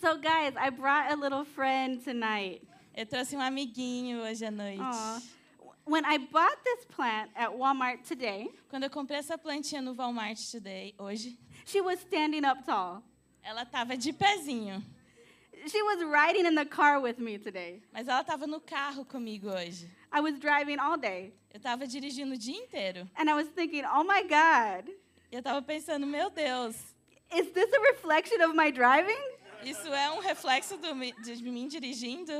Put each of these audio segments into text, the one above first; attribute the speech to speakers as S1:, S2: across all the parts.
S1: So, guys, I brought a little friend tonight.
S2: Eu trouxe um amiguinho hoje à noite.
S1: Aw. When I bought this plant at Walmart today,
S2: Quando eu comprei essa plantinha no Walmart today, hoje,
S1: she was standing up tall.
S2: ela tava de pezinho.
S1: She was riding in the car with me today.
S2: Mas ela tava no carro comigo hoje.
S1: I was driving all day,
S2: Eu tava dirigindo o dia inteiro.
S1: and I was thinking, oh my God,
S2: E eu tava pensando, meu Deus,
S1: is this a reflection of my driving?
S2: isso é um reflexo do, mi- de mim dirigindo?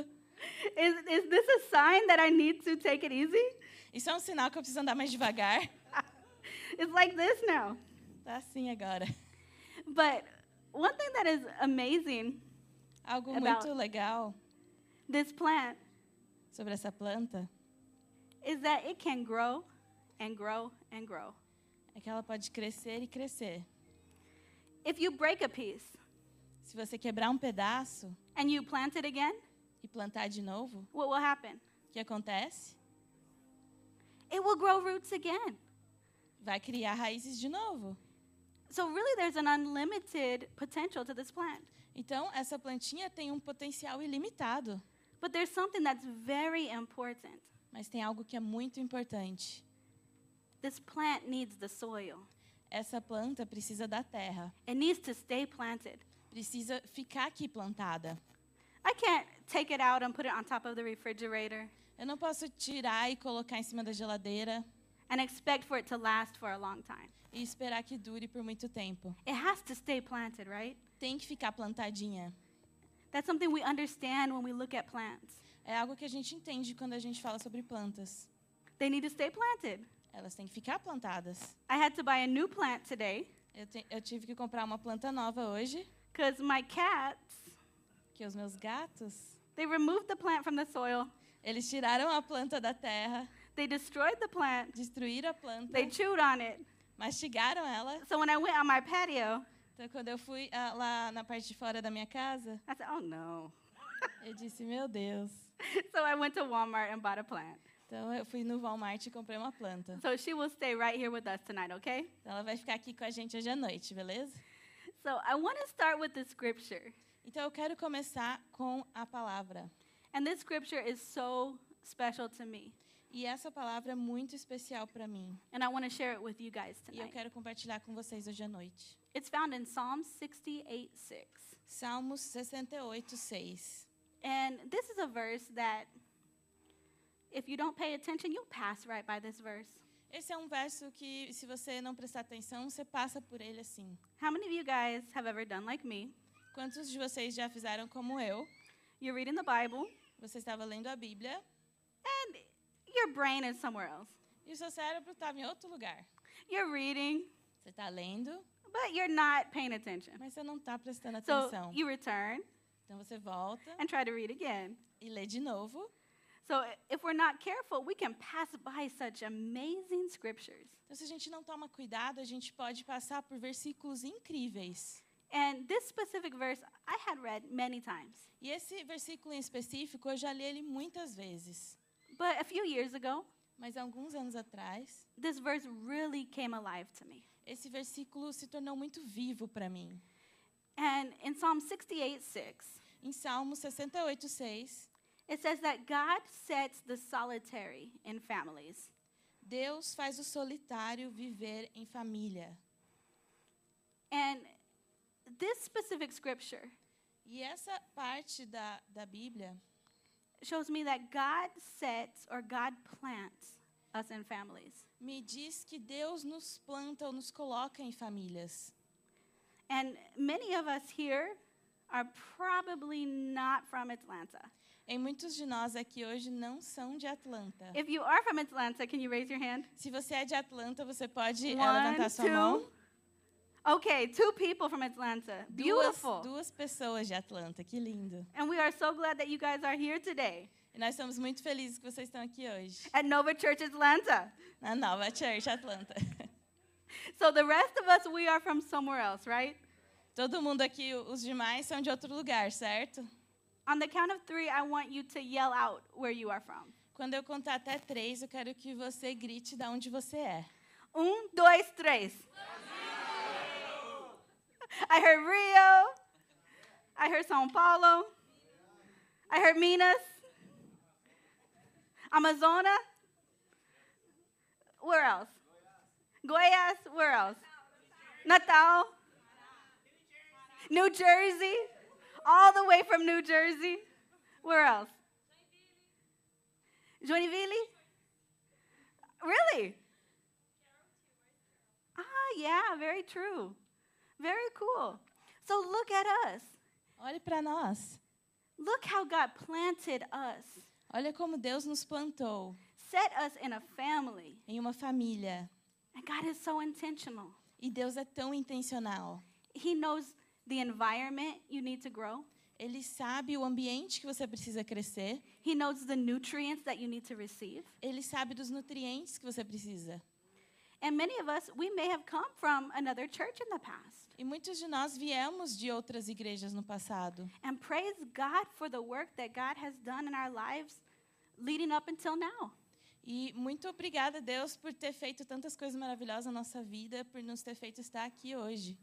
S1: Is, is this a sign that I need to take it easy?
S2: Isso é um sinal que eu preciso andar mais devagar?
S1: It's like this now.
S2: Tá assim agora.
S1: But one thing that is amazing
S2: Algo
S1: About-
S2: muito legal
S1: this plant
S2: sobre essa planta
S1: is that it can grow and grow and grow.
S2: é que ela pode crescer e crescer.
S1: If you break a piece
S2: Se você quebrar um pedaço
S1: and you plant it again,
S2: e plantar de novo,
S1: what will happen?
S2: o que acontece?
S1: It will grow roots again.
S2: Vai criar raízes de novo.
S1: So, really, there's an unlimited potential to this plant.
S2: Então, essa plantinha tem um potencial ilimitado,
S1: But there's something that's very important.
S2: mas tem algo que é muito importante.
S1: This plant needs the soil,
S2: Essa planta precisa da terra,
S1: it needs to stay planted.
S2: precisa ficar aqui plantada.
S1: I can't take it out and put it on top of the refrigerator
S2: Eu não posso tirar e colocar em cima da geladeira
S1: and expect for it to last for a long time.
S2: e esperar que dure por muito tempo.
S1: It has to stay planted, right?
S2: Tem que ficar plantadinha.
S1: That's something we understand when we look at plants.
S2: É algo que a gente entende quando a gente fala sobre plantas.
S1: They need to stay planted.
S2: Elas têm que ficar plantadas.
S1: I had to buy a new plant today
S2: Eu, te- eu tive que comprar uma planta nova hoje,
S1: because my cats,
S2: que os meus gatos,
S1: they removed the plant from the soil,
S2: eles tiraram a planta da terra,
S1: they destroyed the plant,
S2: destruíram a planta,
S1: they chewed on it.
S2: mastigaram ela.
S1: So when I went on my patio,
S2: Então, quando eu fui ah, lá na parte de fora da minha casa,
S1: I said, oh no.
S2: eu disse, meu Deus.
S1: so I went to Walmart and bought a plant.
S2: Então, eu fui no Walmart e comprei uma planta.
S1: So she will stay right here with us tonight, okay?
S2: Então, ela vai ficar aqui com a gente hoje à noite, beleza?
S1: So I want to start with the scripture.
S2: Então, eu quero começar com a palavra.
S1: And this scripture is so special to me.
S2: E essa palavra é muito especial para mim.
S1: And I want to share it with you guys
S2: E eu
S1: tonight.
S2: quero compartilhar com vocês hoje à noite.
S1: It's found in Psalm 68 6.
S2: Salmos 68, 6.
S1: And this is a verse that, if you don't pay attention, you'll pass right by this verse.
S2: Esse é um verso que, se você não prestar atenção, você passa por ele assim.
S1: How many of you guys have ever done like me?
S2: Quantos de vocês já fizeram como eu?
S1: You're reading the Bible,
S2: Você estava lendo a Bíblia
S1: and your brain is somewhere else.
S2: e o seu cérebro estava em outro lugar.
S1: You're reading,
S2: Você está lendo,
S1: but you're not paying attention.
S2: mas você não está prestando
S1: So
S2: atenção.
S1: you return
S2: Então você volta
S1: and try to read again.
S2: e lê de novo.
S1: So i- if we're not careful, we can pass by such amazing scriptures.
S2: Então, se a gente não toma cuidado, a gente pode passar por versículos incríveis.
S1: And this specific verse I had read many times.
S2: E esse versículo em específico, eu já li ele muitas vezes.
S1: But a few years ago,
S2: Mas alguns anos atrás,
S1: this verse really came alive to me.
S2: esse versículo se tornou muito vivo para mim.
S1: And in Psalm 68 6,
S2: Em Salmo 68, 6,
S1: it says that God sets the solitary in families.
S2: Deus faz o solitário viver em família.
S1: And this specific scripture
S2: E essa parte da, da Bíblia
S1: shows me that God sets or God plants us in families.
S2: me diz que Deus nos planta ou nos coloca em famílias.
S1: And many of us here are probably not from Atlanta.
S2: E muitos de nós aqui hoje não são de Atlanta.
S1: If you are from Atlanta, can you raise your hand?
S2: Se você é de Atlanta, você pode eh,
S1: One,
S2: levantar sua
S1: two.
S2: mão.
S1: Okay, two people from Atlanta.
S2: Duas,
S1: Beautiful.
S2: duas pessoas de Atlanta, que lindo.
S1: And we are so glad that you guys are here today
S2: E nós estamos muito felizes que vocês estão aqui hoje,
S1: at Nova Church Atlanta.
S2: na nova Church Atlanta.
S1: So the rest of us, we are from somewhere else, right?
S2: Todo mundo aqui, os demais, são de outro lugar, certo?
S1: On the count of three, I want you to yell out where you are from.
S2: Quando eu contar até três, eu quero que você grite de onde você é.
S1: Un, dos, tres. I heard Rio. I heard São Paulo. I heard Minas. Amazona. Where else? Goiás. Where else? Natal. New Jersey. All the way from New Jersey. Where else? Joinville. Really? Ah, yeah, very true. Very cool. So look at us.
S2: Olhe para nós.
S1: Look how God planted us,
S2: Olha como Deus nos plantou
S1: set us in a family.
S2: em uma família.
S1: And God is so intentional.
S2: E Deus é tão intencional.
S1: He knows the environment you need to grow,
S2: Ele sabe o ambiente que você precisa crescer.
S1: He knows the nutrients that you need to receive.
S2: Ele sabe dos nutrientes que você precisa.
S1: And many of us, we may have come from another church in the past.
S2: E muitos de nós viemos de outras igrejas no passado.
S1: And praise God for the work that God has done in our lives leading up until now.
S2: E muito obrigada, Deus, por ter feito tantas coisas maravilhosas na nossa vida, por nos ter feito estar aqui hoje.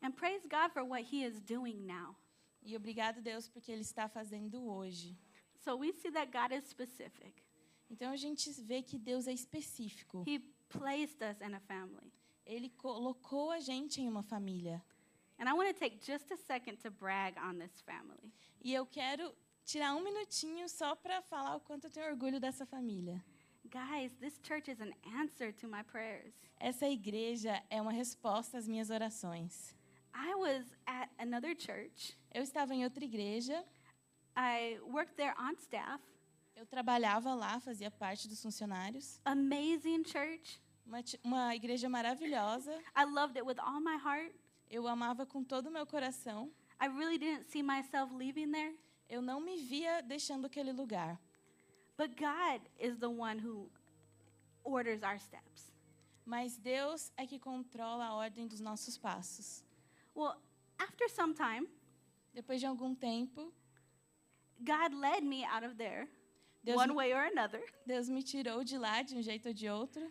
S1: And praise God for what He is doing now.
S2: E obrigado, Deus, porque Ele está fazendo hoje.
S1: So we see that God is specific.
S2: Então a gente vê que Deus é específico.
S1: He placed us in a family.
S2: Ele colocou a gente em uma família.
S1: And I want to take just a second to brag on this family.
S2: E eu quero tirar um minutinho só para falar o quanto eu tenho orgulho dessa família.
S1: Guys, this church is an answer to my prayers.
S2: Essa igreja é uma resposta às minhas orações.
S1: I was at another church.
S2: Eu estava em outra igreja,
S1: I worked there on staff.
S2: eu trabalhava lá, fazia parte dos funcionários.
S1: Amazing church.
S2: Uma, ti- uma igreja maravilhosa,
S1: I loved it with all my heart.
S2: eu amava com todo o meu coração.
S1: I really didn't see myself leaving there.
S2: Eu não me via deixando aquele lugar,
S1: But God is the one who orders our steps.
S2: mas Deus é que controla a ordem dos nossos passos.
S1: Well, after some time,
S2: Depois de algum tempo,
S1: God led me out of there,
S2: Deus
S1: one
S2: me-
S1: way or another.
S2: Deus me tirou de lá de um jeito ou de outro.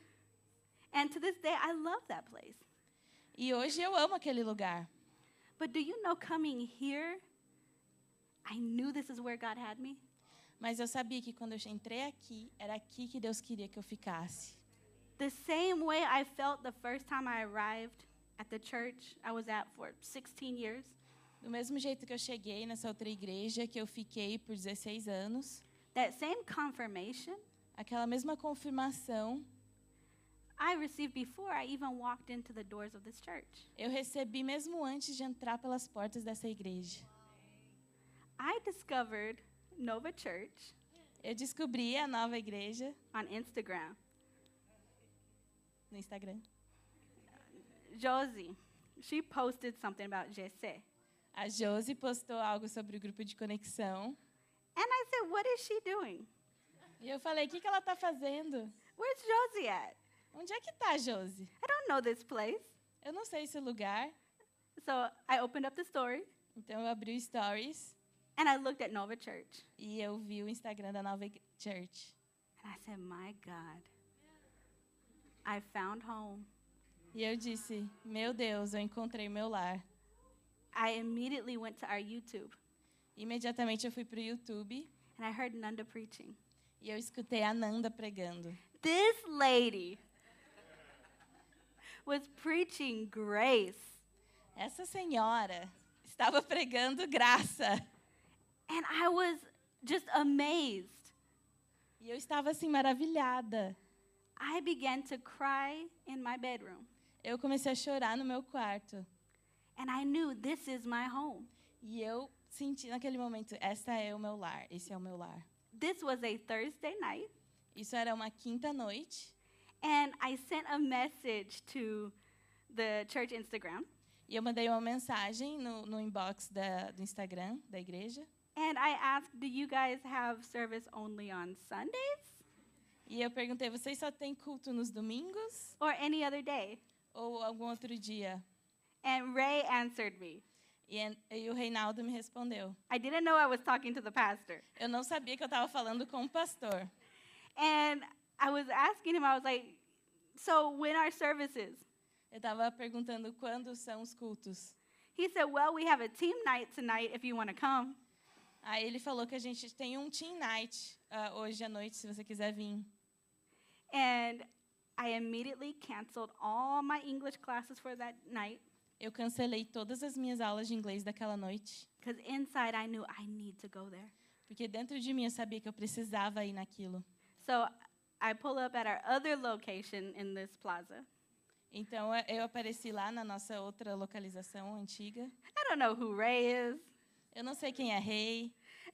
S1: And to this day, I love that place.
S2: E hoje eu amo aquele lugar.
S1: But do you know coming here, I knew this is where God had me?
S2: Mas eu sabia que quando eu entrei aqui, era aqui que Deus queria que eu ficasse.
S1: The same way I felt the first time I arrived at the church I was at for 16 years,
S2: Do mesmo jeito que eu cheguei nessa outra igreja, que eu fiquei por 16 anos,
S1: that same confirmation
S2: aquela mesma confirmação
S1: I received before I even walked into the doors of this church.
S2: eu recebi mesmo antes de entrar pelas portas dessa igreja.
S1: I discovered Nova Church
S2: Eu descobri a nova igreja
S1: on Instagram.
S2: no Instagram.
S1: Josie, she posted something about Jesse.
S2: A Josi postou algo sobre o grupo de conexão.
S1: And I said, What is she doing?
S2: E eu falei: o que, que ela está fazendo?
S1: Where's Josie at?
S2: Onde é que está, Josi?
S1: I don't know this place.
S2: Eu não sei esse lugar.
S1: So I opened up the story
S2: Então eu abri o Stories
S1: and I looked at Nova Church
S2: e eu vi o Instagram da nova igre- church.
S1: and I said, My God, I found home.
S2: E eu disse: Meu Deus, eu encontrei meu lar.
S1: I immediately went to our YouTube
S2: Imediatamente eu fui para o YouTube
S1: and I heard Nanda preaching.
S2: e eu escutei a Nanda pregando.
S1: This lady was preaching grace.
S2: Essa senhora estava pregando graça.
S1: And I was just amazed.
S2: E eu estava assim maravilhada.
S1: I began to cry in my bedroom.
S2: Eu comecei a chorar no meu quarto.
S1: And I knew this is my home.
S2: E eu senti naquele momento: Essa é o meu lar, esse é o meu lar.
S1: This was a Thursday night.
S2: Isso era uma quinta noite
S1: And I sent a message to the church Instagram.
S2: e eu mandei uma mensagem no, no inbox da, do Instagram da igreja.
S1: And I asked, Do you guys have service only on Sundays
S2: E eu perguntei: Vocês só têm culto nos domingos
S1: or any other day?
S2: ou algum outro dia?
S1: And Ray answered me.
S2: E, en- e o Reinaldo me respondeu.
S1: I didn't know I was talking to the pastor.
S2: Eu não sabia que eu estava falando com o pastor.
S1: And I was asking him, I was like, So when are services?
S2: Eu estava perguntando quando são os cultos.
S1: He said, Well, we have a team night tonight if you want to come.
S2: Aí ele falou que a gente tem um teen night ah, hoje à noite, se você quiser vir.
S1: And I immediately canceled all my English classes for that night
S2: Eu cancelei todas as minhas aulas de inglês daquela noite,
S1: because inside I knew I need to go there.
S2: porque dentro de mim eu sabia que eu precisava ir naquilo.
S1: So I pull up at our other location in this plaza.
S2: Então eh, eu apareci lá na nossa outra localização antiga.
S1: I don't know who Ray is.
S2: Eu não sei quem é rei,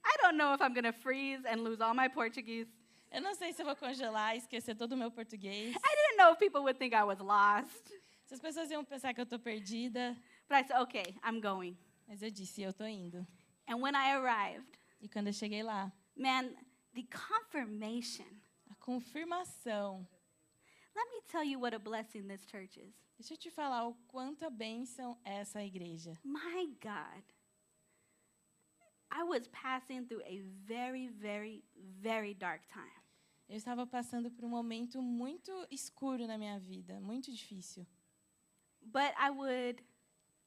S1: I don't know if I'm going to freeze and lose all my Portuguese.
S2: eu não sei se eu vou congelar e esquecer todo o meu português.
S1: I didn't know if people would think I was lost.
S2: Se as pessoas iam pensar que eu tô perdida,
S1: But I said, okay, I'm going.
S2: mas eu disse, eu tô indo.
S1: And when I arrived,
S2: E quando eu cheguei lá,
S1: man, the confirmation.
S2: a confirmação.
S1: Let me tell you what a blessing this church is.
S2: Deixa eu te falar o quanto a bênção é essa igreja.
S1: My God. I was passing through a very, very, very dark time.
S2: Eu estava passando por um momento muito escuro na minha vida, muito difícil.
S1: But I would,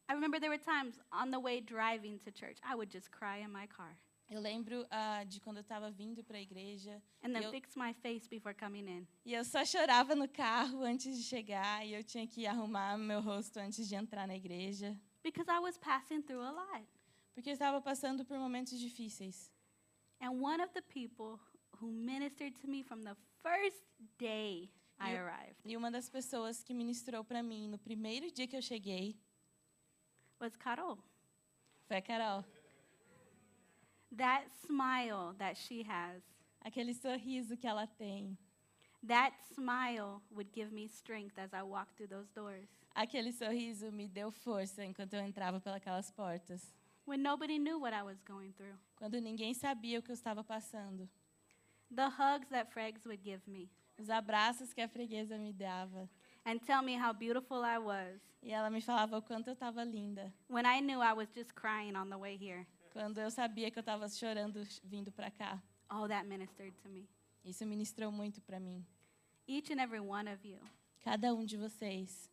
S1: I remember there were times on the way driving to church, I would just cry in my car
S2: Eu lembro ah, de quando eu estava vindo para a igreja
S1: and then
S2: Eu-
S1: fix my face before coming in.
S2: e eu só chorava no carro antes de chegar e eu tinha que arrumar meu rosto antes de entrar na igreja,
S1: Because I was passing through a lot.
S2: porque eu estava passando por momentos difíceis.
S1: And one of the people who ministered to me from the first day I
S2: You-
S1: arrived
S2: E uma das pessoas que ministrou para mim no primeiro dia que eu cheguei
S1: was Carol.
S2: foi a Carol.
S1: That smile that she has,
S2: Aquele sorriso que ela tem,
S1: that smile would give me strength as I walked through those doors.
S2: aquele sorriso me deu força enquanto eu entrava pelas portas,
S1: When nobody knew what I was going through,
S2: quando ninguém sabia o que eu estava passando.
S1: the hugs that Fregs would give me
S2: Os abraços que a freguesa me dava.
S1: and tell me how beautiful I was
S2: E ela me falava o quanto eu estava linda.
S1: when I knew I was just crying on the way here.
S2: Quando eu sabia que eu estava chorando ch- vindo para cá.
S1: Oh, that ministered to me.
S2: Isso ministrou muito para mim.
S1: Each and every one of you
S2: Cada um de vocês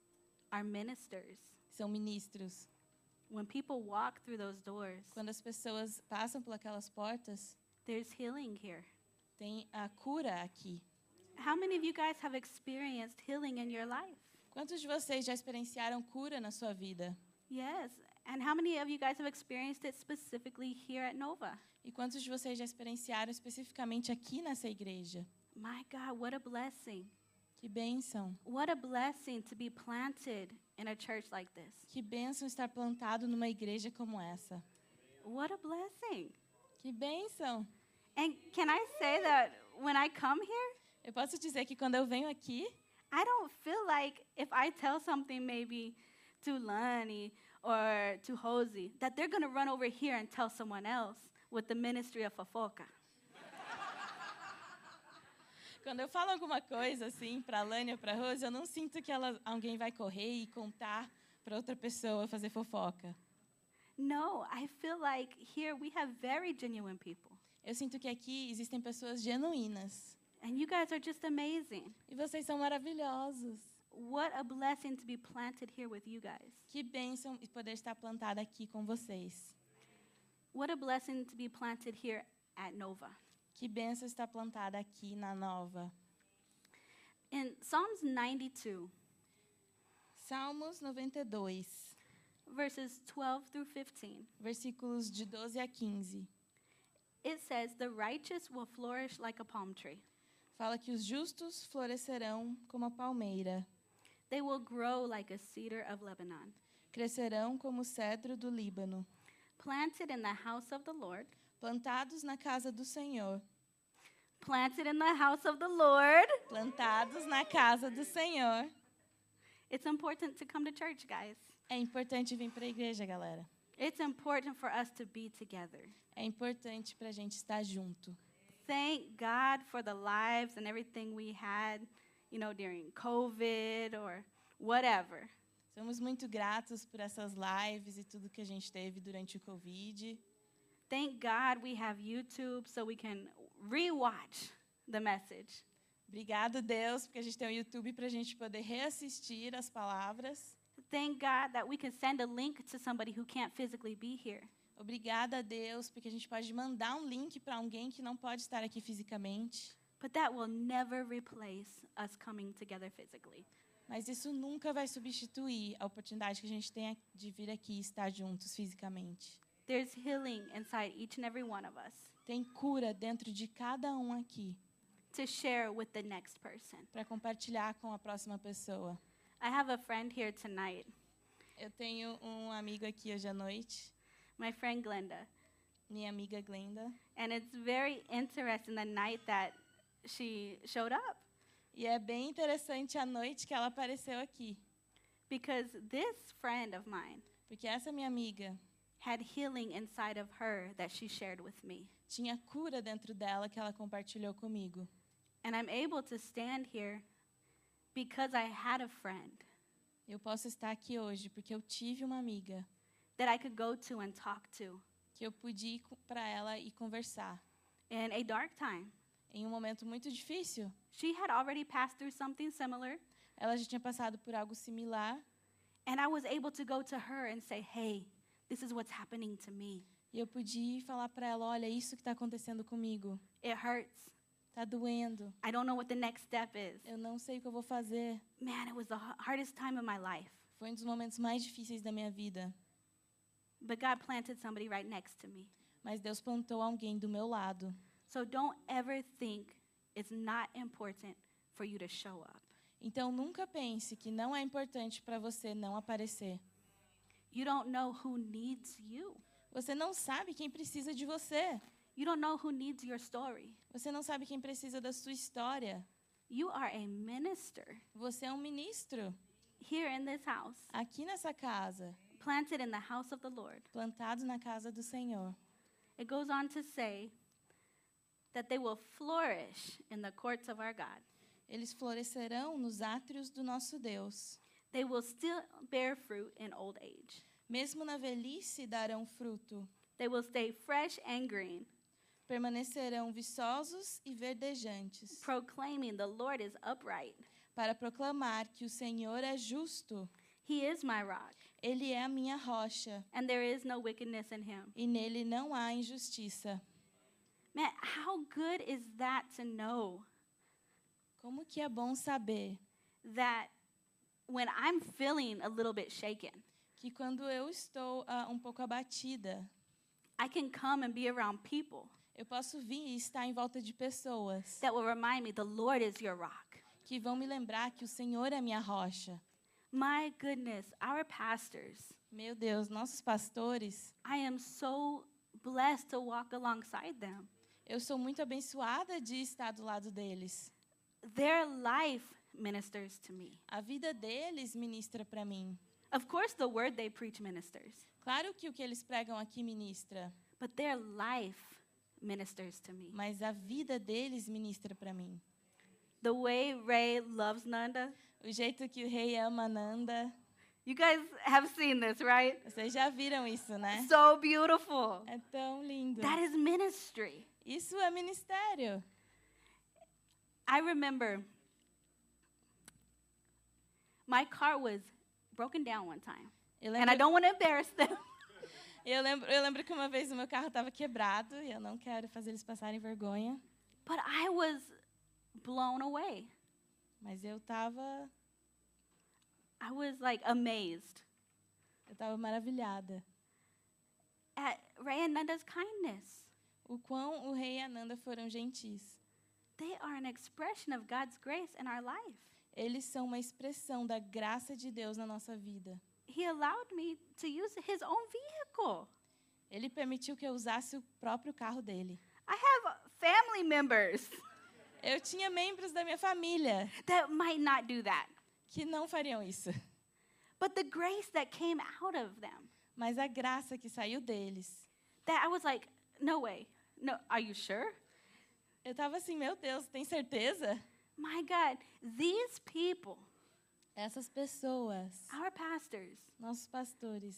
S1: are ministers.
S2: são ministros.
S1: When people walk through those doors,
S2: Quando as pessoas passam por aquelas portas,
S1: there's healing here.
S2: tem a cura aqui.
S1: How many of you guys have experienced healing in your life?
S2: Quantos de vocês já experienciaram cura na sua vida?
S1: Yes. And how many of you guys have experienced it specifically here at Nova?
S2: E quantos de vocês já experienciaram especificamente aqui nessa igreja?
S1: My God, what a blessing.
S2: Que bênção.
S1: What a blessing to be planted in a church like this.
S2: Que bênção estar plantado numa igreja como essa.
S1: What a blessing.
S2: Que bênção.
S1: And can I say that when I come here,
S2: Eu posso dizer que quando eu venho aqui,
S1: I don't feel like if I tell something maybe to Lani or to Hosey, that they're going to run over here and tell someone else with the ministry of Fofoca.
S2: quando eu falo alguma coisa assim para Lânia ou para Rose, eu não sinto que ela, alguém vai correr e contar para outra pessoa fazer fofoca.
S1: No, I feel like here we have very genuine people.
S2: Eu sinto que aqui existem pessoas genuínas
S1: And you guys are just amazing.
S2: e vocês são maravilhosos.
S1: What a blessing to be planted here with you guys.
S2: Que bênção poder estar plantada aqui com vocês.
S1: What a blessing to be planted here at Nova.
S2: Que bênção estar plantada aqui na Nova.
S1: In Psalms 92,
S2: Salmos 92,
S1: verses 12 through 15,
S2: versículos de 12 a 15.
S1: it says, The righteous will flourish like a palm tree,
S2: Fala que os justos florescerão como a palmeira,
S1: they will grow like a cedar of Lebanon,
S2: crescerão como o cedro do Líbano.
S1: planted in the house of the Lord.
S2: plantados na casa do Senhor,
S1: Planted in the house of the Lord.
S2: plantados na casa do Senhor.
S1: It's important to come to church, guys.
S2: É importante vir para a igreja, galera.
S1: It's important for us to be together.
S2: É importante para a gente estar junto.
S1: thank God for the lives and everything we had, you know, during COVID or whatever.
S2: Somos muito gratos por essas lives e tudo que a gente teve durante o Covid.
S1: Thank God we have YouTube so we can rewatch the message.
S2: Obrigado, Deus, porque a gente tem o YouTube para a gente poder reassistir as palavras.
S1: Thank God that we can send a link to somebody who can't physically be here.
S2: Obrigada a Deus, porque a gente pode mandar um link para alguém que não pode estar aqui fisicamente.
S1: But that will never replace us coming together physically.
S2: Mas isso nunca vai substituir a oportunidade que a gente tem de vir aqui e estar juntos fisicamente.
S1: There's healing inside each and every one of us
S2: Tem cura dentro de cada um aqui
S1: to share with the next person.
S2: para compartilhar com a próxima pessoa.
S1: I have a friend here tonight,
S2: Eu tenho um amigo aqui hoje à noite,
S1: my friend Glenda,
S2: minha amiga Glenda,
S1: and it's very interesting the night that she showed up
S2: e é bem interessante a noite que ela apareceu aqui,
S1: because this friend of mine
S2: porque essa minha amiga
S1: had healing inside of her that she shared with me.
S2: tinha cura dentro dela que ela compartilhou comigo.
S1: And I'm able to stand here because I had a friend
S2: Eu posso estar aqui hoje porque eu tive uma amiga
S1: that I could go to and talk to
S2: que eu pude ir para ela e conversar
S1: in a dark time.
S2: em um momento muito difícil.
S1: She had already passed through something similar,
S2: Ela já tinha passado por algo similar
S1: and I was able to go to her and say, Hey, this is what's happening to me.
S2: e eu pude ir falar para ela, olha, isso que está acontecendo comigo,
S1: It hurts.
S2: tá doendo.
S1: I don't know what the next step is.
S2: Eu não sei o que eu vou fazer.
S1: Man, it was the har- hardest time of my life.
S2: Foi um dos momentos mais difíceis da minha vida,
S1: But God planted somebody right next to me.
S2: mas Deus plantou alguém do meu lado.
S1: So don't ever think it's not important for you to show up.
S2: Então nunca pense que não é importante para você não aparecer.
S1: You don't know who needs you.
S2: Você não sabe quem precisa de você.
S1: You don't know who needs your story.
S2: Você não sabe quem precisa da sua história.
S1: You are a minister
S2: Você é um ministro
S1: here in this house,
S2: aqui nessa casa,
S1: planted in the house of the Lord.
S2: plantado na casa do Senhor.
S1: It goes on to say that they will flourish in the courts of our God.
S2: Eles florescerão nos átrios do nosso Deus.
S1: They will still bear fruit in old age.
S2: Mesmo na velhice darão fruto.
S1: They will stay fresh and green,
S2: Permanecerão viçosos e verdejantes,
S1: proclaiming the Lord is upright.
S2: para proclamar que o Senhor é justo.
S1: He is my rock,
S2: Ele é a minha rocha,
S1: and there is no wickedness in him.
S2: e nele não há injustiça.
S1: Man, how good is that to know
S2: Como que é bom saber
S1: that when I'm feeling a little bit shaken,
S2: que quando eu estou ah, um pouco abatida,
S1: I can come and be around people
S2: eu posso vir e estar em volta de pessoas
S1: that will remind me the Lord is your rock.
S2: que vão me lembrar que o Senhor é a minha rocha.
S1: My goodness, our pastors,
S2: Meu Deus, nossos pastores,
S1: I am so blessed to walk alongside them.
S2: eu sou muito abençoada de estar do lado deles.
S1: Their life ministers to me.
S2: A vida deles ministra para mim.
S1: Of course, the word they preach ministers,
S2: Claro que o que eles pregam aqui ministra,
S1: but their life ministers to me.
S2: mas a vida deles ministra para mim.
S1: The way Ray loves Nanda,
S2: O jeito que o rei ama Nanda,
S1: you guys have seen this, right?
S2: vocês já viram isso, né?
S1: So beautiful.
S2: É tão lindo.
S1: That is ministry.
S2: Isso é ministério.
S1: I remember my car was broken down one time.
S2: Eu
S1: And I
S2: lembro,
S1: don't want to embarrass them.
S2: eu, lembro, eu lembro que uma vez o meu carro estava quebrado e eu não quero fazer eles passarem vergonha,
S1: But I was blown away.
S2: mas eu estava
S1: I was like amazed
S2: eu tava maravilhada.
S1: at Ray and Nanda's kindness.
S2: O quão o rei e a Nanda foram gentis.
S1: They are an expression of God's grace in our life.
S2: Eles são uma expressão da graça de Deus na nossa vida.
S1: He allowed me to use his own vehicle.
S2: Ele permitiu que eu usasse o próprio carro dele.
S1: I have family members
S2: Eu tinha membros da minha família
S1: that might not do that,
S2: que não fariam isso,
S1: but the grace that came out of them
S2: mas a graça que saiu deles.
S1: that I was like, no way. No, are you sure?
S2: Eu tava assim, meu Deus, tem certeza?
S1: My God, these people,
S2: Essas pessoas,
S1: our pastors,
S2: nossos pastores,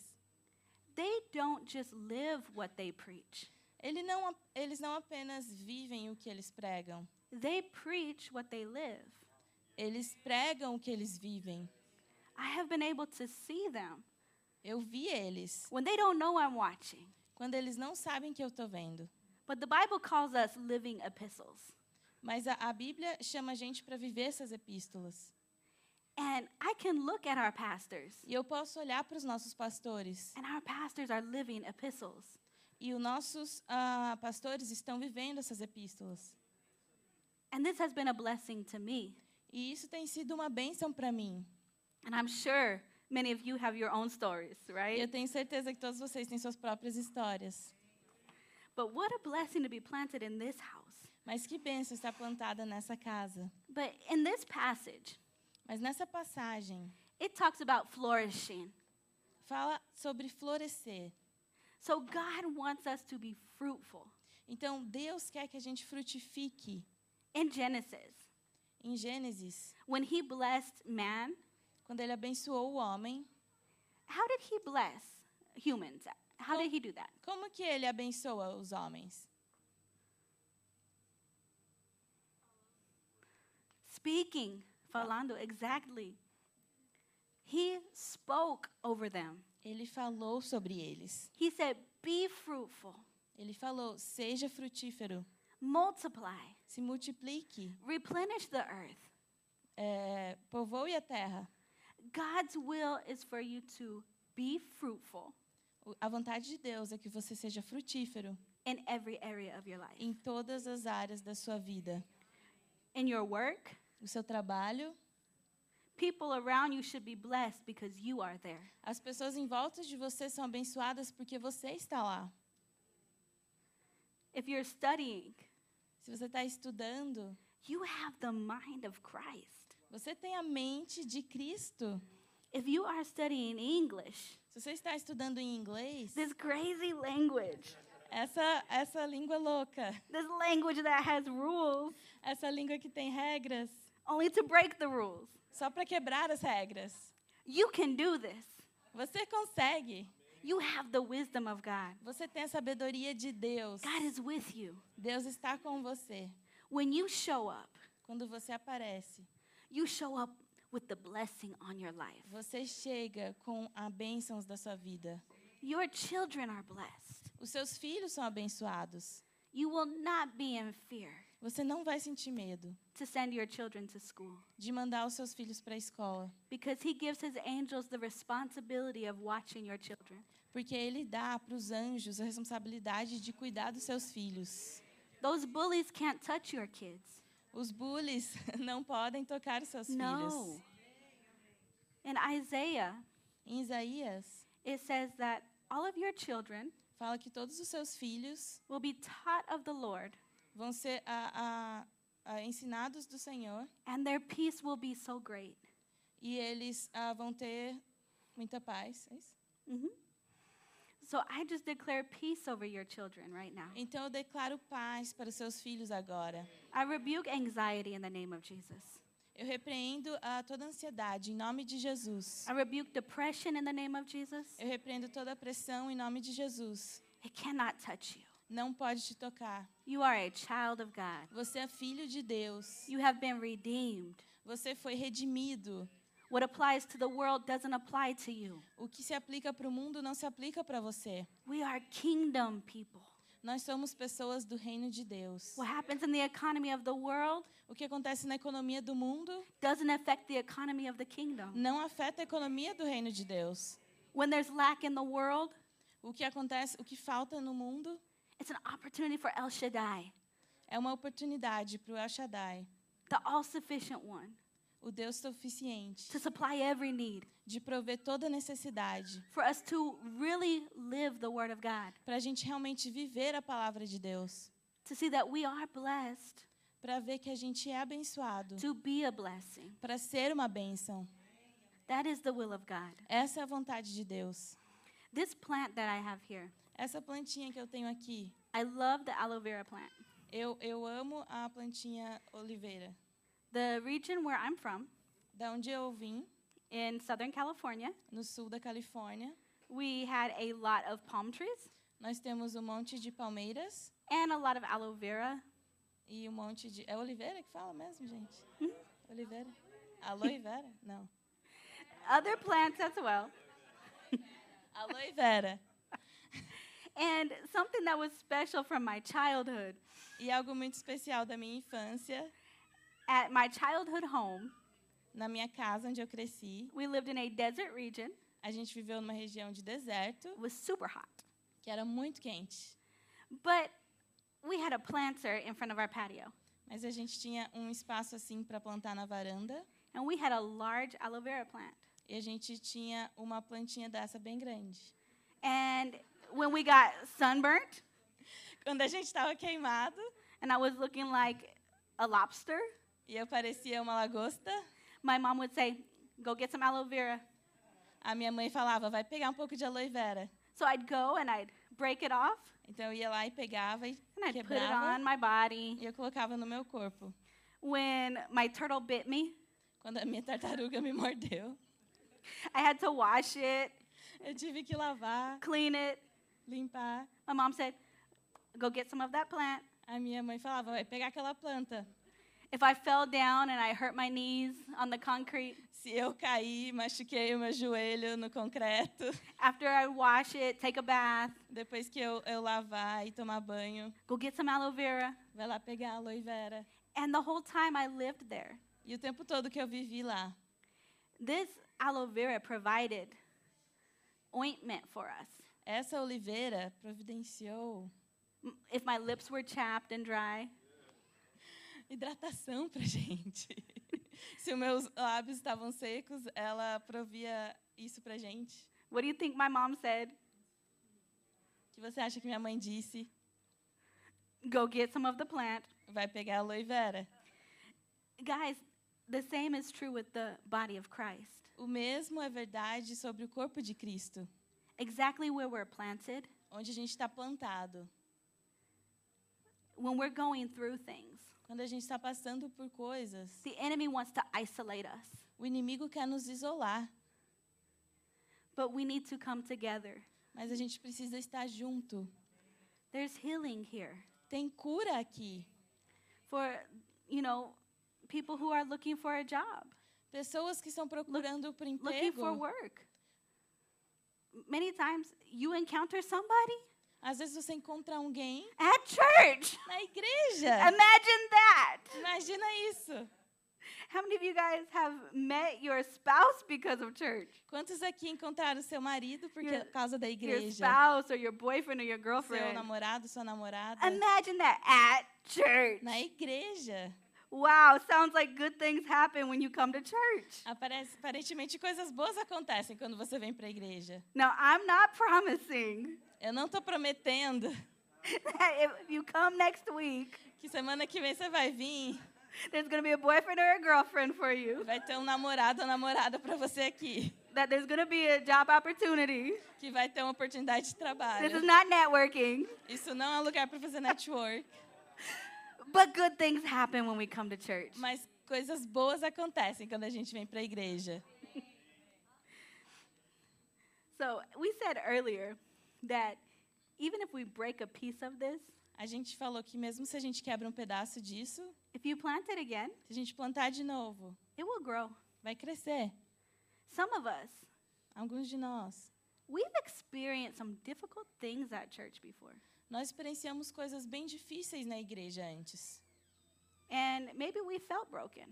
S1: they don't just live what they preach.
S2: Ele não, a- eles não apenas vivem o que eles pregam,
S1: They preach what they live.
S2: eles pregam o que eles vivem.
S1: I have been able to see them
S2: Eu vi eles
S1: when they don't know I'm watching.
S2: quando eles não sabem que eu estou vendo.
S1: But the Bible calls us living epistles.
S2: Mas a, a Bíblia chama a gente para viver essas epístolas.
S1: And I can look at our pastors,
S2: E eu posso olhar para os nossos pastores.
S1: and our pastors are living epistles.
S2: E os nossos ah, pastores estão vivendo essas epístolas.
S1: And this has been a blessing to me.
S2: E isso tem sido uma bênção para mim.
S1: And I'm sure many of you have your own stories,
S2: E eu
S1: right?
S2: tenho certeza que todos vocês têm suas próprias histórias.
S1: But what a blessing to be planted in this house.
S2: Mas que bênção está plantada nessa casa.
S1: But in this passage,
S2: Mas nessa passagem,
S1: it talks about flourishing.
S2: fala sobre florescer.
S1: So God wants us to be fruitful.
S2: Então, Deus quer que a gente frutifique.
S1: In Genesis,
S2: Em Gênesis,
S1: when he blessed man,
S2: quando ele abençoou o homem,
S1: how did he bless humans? How did he do that?
S2: como que ele abençoa os homens?
S1: Speaking, falando, exactly. He spoke over them.
S2: Ele falou sobre eles.
S1: He said, Be fruitful,
S2: Ele falou: seja frutífero,
S1: multiply,
S2: se multiplique,
S1: replenish the earth.
S2: é, povoe a terra.
S1: God's will is for you to be fruitful
S2: O- A vontade de Deus é que você seja frutífero
S1: in every area of your life
S2: em todas as áreas da sua vida.
S1: in your work.
S2: O seu trabalho,
S1: People around you should be blessed because you are there.
S2: as pessoas em volta de você são abençoadas porque você está lá.
S1: If you're studying,
S2: Se você está estudando,
S1: you have the mind of Christ.
S2: você tem a mente de Cristo.
S1: If you are studying English,
S2: Se você está estudando em inglês,
S1: this crazy language,
S2: essa, essa língua louca,
S1: this language that has rules
S2: essa língua que tem regras,
S1: only to break the rules,
S2: só para quebrar as regras.
S1: you can do this.
S2: Você consegue.
S1: You have the wisdom of God.
S2: Você tem a sabedoria de Deus.
S1: God is with you.
S2: Deus está com você.
S1: When you show up,
S2: Quando você aparece,
S1: you show up with the blessing on your life.
S2: você chega com a bênçãos da sua vida.
S1: Your children are blessed.
S2: Os seus filhos são abençoados.
S1: You will not be in fear
S2: Você não vai sentir medo
S1: to send your children to school
S2: de mandar os seus filhos para a escola,
S1: because He gives His angels the responsibility of watching your children.
S2: porque Ele dá para os anjos a responsabilidade de cuidar dos seus filhos.
S1: Those bullies can't touch your kids.
S2: Os bullies não podem tocar os seus
S1: No.
S2: filhos.
S1: In Isaiah,
S2: Em Isaías,
S1: it says that all of your children
S2: fala que todos os seus filhos
S1: will be taught of the Lord,
S2: vão ser a- a- a ensinados do Senhor
S1: and their peace will be so great.
S2: e eles ah, vão ter muita paz. É isso?
S1: So I just declare peace over your children right now.
S2: Então eu declaro paz para os seus filhos agora.
S1: I rebuke anxiety in the name of Jesus.
S2: Eu repreendo ah, toda ansiedade em nome de Jesus.
S1: I rebuke depression in the name of Jesus.
S2: Eu repreendo toda a pressão em nome de Jesus.
S1: It cannot touch you.
S2: Não pode te tocar.
S1: You are a child of God.
S2: Você é filho de Deus.
S1: You have been redeemed.
S2: Você foi redimido.
S1: What applies to the world doesn't apply to you.
S2: O que se aplica para o mundo não se aplica para você.
S1: We are kingdom people.
S2: Nós somos pessoas do reino de Deus.
S1: What happens in the economy of the world
S2: O que acontece na economia do mundo
S1: doesn't affect the economy of the kingdom.
S2: não afeta a economia do reino de Deus.
S1: When there's lack in the world,
S2: O que acontece, o que falta no mundo
S1: it's an opportunity for El Shaddai,
S2: é uma oportunidade para o El Shaddai,
S1: the all sufficient one,
S2: o Deus suficiente,
S1: to supply every need,
S2: de prover toda necessidade,
S1: for us to really live the Word of God,
S2: para a gente realmente viver a palavra de Deus,
S1: to see that we are blessed
S2: para ver que a gente é abençoado,
S1: to be a blessing.
S2: para ser uma bênção.
S1: That is the will of God.
S2: Essa é a vontade de Deus.
S1: This plant that I have here,
S2: Essa plantinha que eu tenho aqui,
S1: I love the aloe vera plant.
S2: eu, eu amo a plantinha oliveira.
S1: The region where I'm from,
S2: Da onde eu vim,
S1: in Southern California,
S2: no sul da Califórnia,
S1: we had a lot of palm trees
S2: nós temos um monte de palmeiras
S1: and a lot of aloe vera.
S2: e um monte de. É oliveira que fala mesmo, gente? Oliveira? Aloe vera? Não.
S1: other plants as well.
S2: Aloe vera.
S1: And something that was special from my childhood.
S2: E algo muito especial da minha infância,
S1: At my childhood home,
S2: na minha casa onde eu cresci,
S1: we lived in a desert region.
S2: a gente viveu numa região de deserto
S1: It was super hot.
S2: que era muito quente,
S1: But we had a planter in front of our patio.
S2: mas a gente tinha um espaço assim para plantar na varanda
S1: And we had a large aloe vera plant.
S2: e a gente tinha uma plantinha dessa bem grande.
S1: And when we got sunburnt
S2: Quando a gente estava queimado
S1: and I was looking like a lobster,
S2: e eu parecia uma lagosta,
S1: my mom would say, Go get some aloe vera.
S2: a minha mãe falava: "Vai pegar um pouco de aloe vera".
S1: So I'd go and I'd break it off
S2: Então eu ia lá e pegava e
S1: and I'd put it
S2: quebrava
S1: on my body.
S2: e eu colocava no meu corpo.
S1: When my turtle bit me,
S2: Quando a minha tartaruga me mordeu,
S1: I had to wash it,
S2: eu tive que lavar,
S1: clean it.
S2: limpar.
S1: My mom said, Go get some of that plant.
S2: A minha mãe falava: "Vai pegar aquela planta".
S1: If I fell down and I hurt my knees on the concrete,
S2: Se eu caí, machuquei o meu joelho no concreto,
S1: after I wash it, take a bath,
S2: depois que eu, eu lavar e tomar banho,
S1: go get some aloe vera.
S2: vai lá pegar a aloe vera.
S1: And the whole time I lived there,
S2: E o tempo todo que eu vivi lá,
S1: this aloe vera provided ointment for us.
S2: essa oliveira providenciou
S1: M- If my lips were chapped and dry,
S2: hidratação pra gente. Se os meus lábios estavam secos, ela provia isso pra gente.
S1: what do you think my mom said?
S2: O que você acha que minha mãe disse?
S1: Go get some of the plant.
S2: Vai pegar a aloe vera.
S1: Guys, the same is true with the body of Christ.
S2: O mesmo é verdade sobre o corpo de Cristo,
S1: Exactly where we're planted,
S2: onde a gente está plantado.
S1: when we're going through things,
S2: Quando a gente está passando por coisas,
S1: the enemy wants to isolate us,
S2: o inimigo quer nos isolar,
S1: but we need to come together.
S2: mas a gente precisa estar junto.
S1: There's healing here
S2: Tem cura aqui.
S1: for, you know, people who are looking for a job.
S2: Pessoas que estão procurando por
S1: looking for
S2: emprego.
S1: work. Many times you encounter somebody
S2: Às vezes você encontra alguém
S1: at church.
S2: na igreja.
S1: Imagine that.
S2: Imagina isso.
S1: How many of you guys have met your spouse because of church?
S2: Quantos aqui encontraram seu marido por
S1: Your-
S2: causa da
S1: Your
S2: igreja?
S1: spouse or your boyfriend or your
S2: Seu
S1: girlfriend.
S2: namorado, sua namorada?
S1: Imagine that at church.
S2: Na igreja.
S1: Wow, sounds like good things happen when you come to church.
S2: Aparece, aparentemente coisas boas acontecem quando você vem para a igreja.
S1: Now, I'm not promising
S2: Eu não estou prometendo
S1: that if you come next week,
S2: que semana que vem você vai vir,
S1: there's going to be a boyfriend or a girlfriend for you,
S2: vai ter um namorado ou namorada para você aqui,
S1: that there's going to be a job opportunity.
S2: que vai ter uma oportunidade
S1: This
S2: de
S1: is
S2: trabalho.
S1: not networking,
S2: Isso não é lugar para fazer network,
S1: but good things happen when we come to church.
S2: mas coisas boas acontecem quando a gente vem para a igreja.
S1: So, we said earlier that even if we break a piece of this,
S2: A gente falou que mesmo se a gente quebra um pedaço disso,
S1: if you plant it again,
S2: se a gente plantar de novo,
S1: it will grow.
S2: vai crescer.
S1: Some of us,
S2: Alguns de nós,
S1: we've experienced some difficult things at church before.
S2: nós experienciamos coisas bem difíceis na igreja antes.
S1: And maybe we felt broken.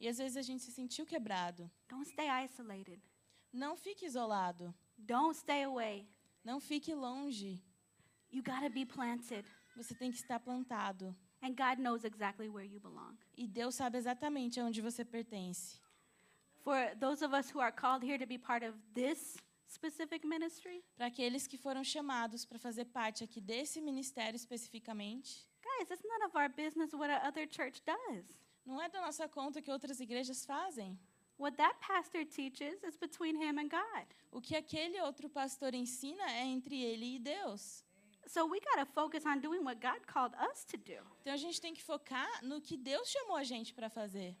S2: E às vezes a gente se sentiu quebrado.
S1: Don't stay isolated.
S2: Não fique isolado.
S1: Don't stay away.
S2: Não fique longe.
S1: You got to be planted.
S2: Você tem que estar plantado.
S1: And God knows exactly where you belong.
S2: E Deus sabe exatamente aonde você pertence.
S1: For those of us who are called here to be part of this specific ministry,
S2: Para aqueles que foram chamados para fazer parte aqui desse ministério especificamente,
S1: Guys, it's none of our business what a other church does.
S2: não é da nossa conta que outras igrejas fazem.
S1: What that pastor teaches is between him and God.
S2: O que aquele outro pastor ensina é entre ele e Deus.
S1: So we got to focus on doing what God called us to do.
S2: Então a gente tem que focar no que Deus chamou a gente para fazer.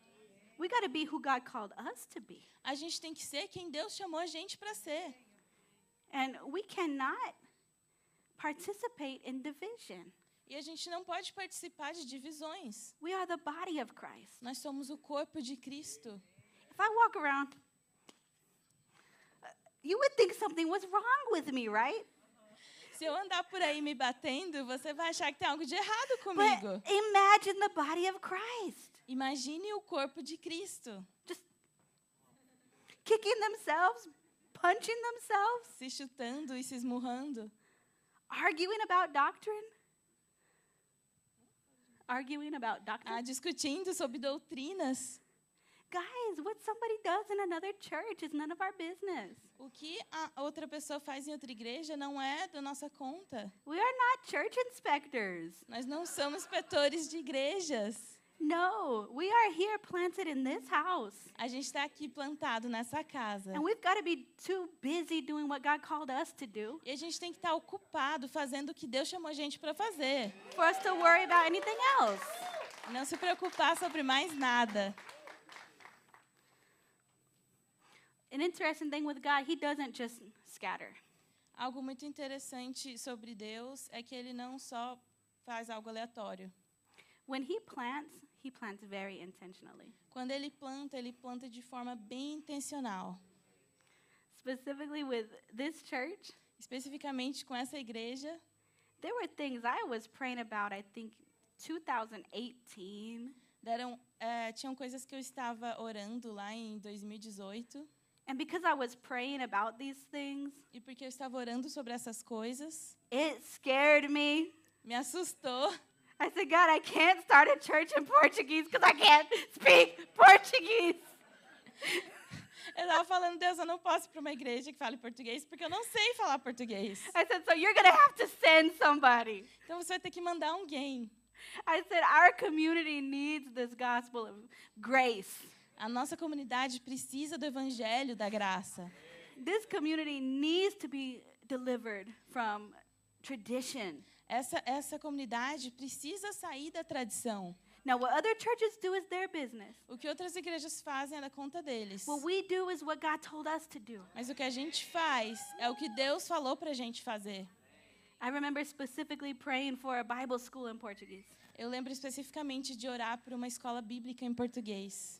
S1: We got to be who God called us to be.
S2: A gente tem que ser quem Deus chamou a gente para ser.
S1: And we cannot participate in division.
S2: E a gente não pode participar de divisões.
S1: We are the body of Christ.
S2: Nós somos o corpo de Cristo.
S1: If I walk around uh, you would think something was wrong with me, right?
S2: Se eu andar por aí me batendo, você vai achar que tem algo de errado
S1: But
S2: comigo.
S1: imagine the body of Christ
S2: Imagine o corpo de Cristo
S1: just kicking themselves, punching themselves,
S2: se chutando e se esmurrando,
S1: arguing about doctrine. Arguing about doctrine.
S2: ah, discutindo sobre doutrinas.
S1: Guys, what somebody does in another church is none of our business.
S2: O que a outra pessoa faz em outra igreja não é da nossa conta.
S1: We are not church inspectors.
S2: Nós não somos inspetores de igrejas.
S1: No, we are here planted in this house.
S2: A gente está aqui plantado nessa casa.
S1: And we've got to be too busy doing what God called us to do
S2: E a gente tem que estar ocupado fazendo o que Deus chamou a gente para fazer.
S1: for us to worry about anything else.
S2: Não se preocupar sobre mais nada.
S1: An interesting thing with God, He doesn't just scatter.
S2: Algo muito interessante sobre Deus é que ele não só faz algo aleatório.
S1: When He plants, He plants very intentionally.
S2: Quando ele planta, ele planta de forma bem intencional.
S1: Specifically with this church,
S2: Especificamente com essa igreja,
S1: there were things I was praying about, I think 2018,
S2: deram, eh, tinham coisas que eu estava orando lá em 2018.
S1: And because I was praying about these things,
S2: E porque eu estava orando sobre essas coisas,
S1: it scared me.
S2: me assustou.
S1: I said, God, I can't start a church in Portuguese because I can't speak Portuguese.
S2: Eu estava falando, Deus, eu não posso ir para uma igreja que fale português, porque eu não sei falar português.
S1: I said, so you're going to have to send somebody.
S2: Então você vai ter que mandar alguém.
S1: I said, our community needs this gospel of grace.
S2: A nossa comunidade precisa do evangelho da graça.
S1: This community needs to be delivered from tradition.
S2: Essa, essa comunidade precisa sair da tradição.
S1: Now, what other churches do is their business.
S2: O que outras igrejas fazem é da conta deles.
S1: What we do is what God told us to do.
S2: Mas o que a gente faz é o que Deus falou pra gente fazer.
S1: I remember specifically praying for a Bible school in Portuguese.
S2: Eu lembro especificamente de orar por uma escola bíblica em português.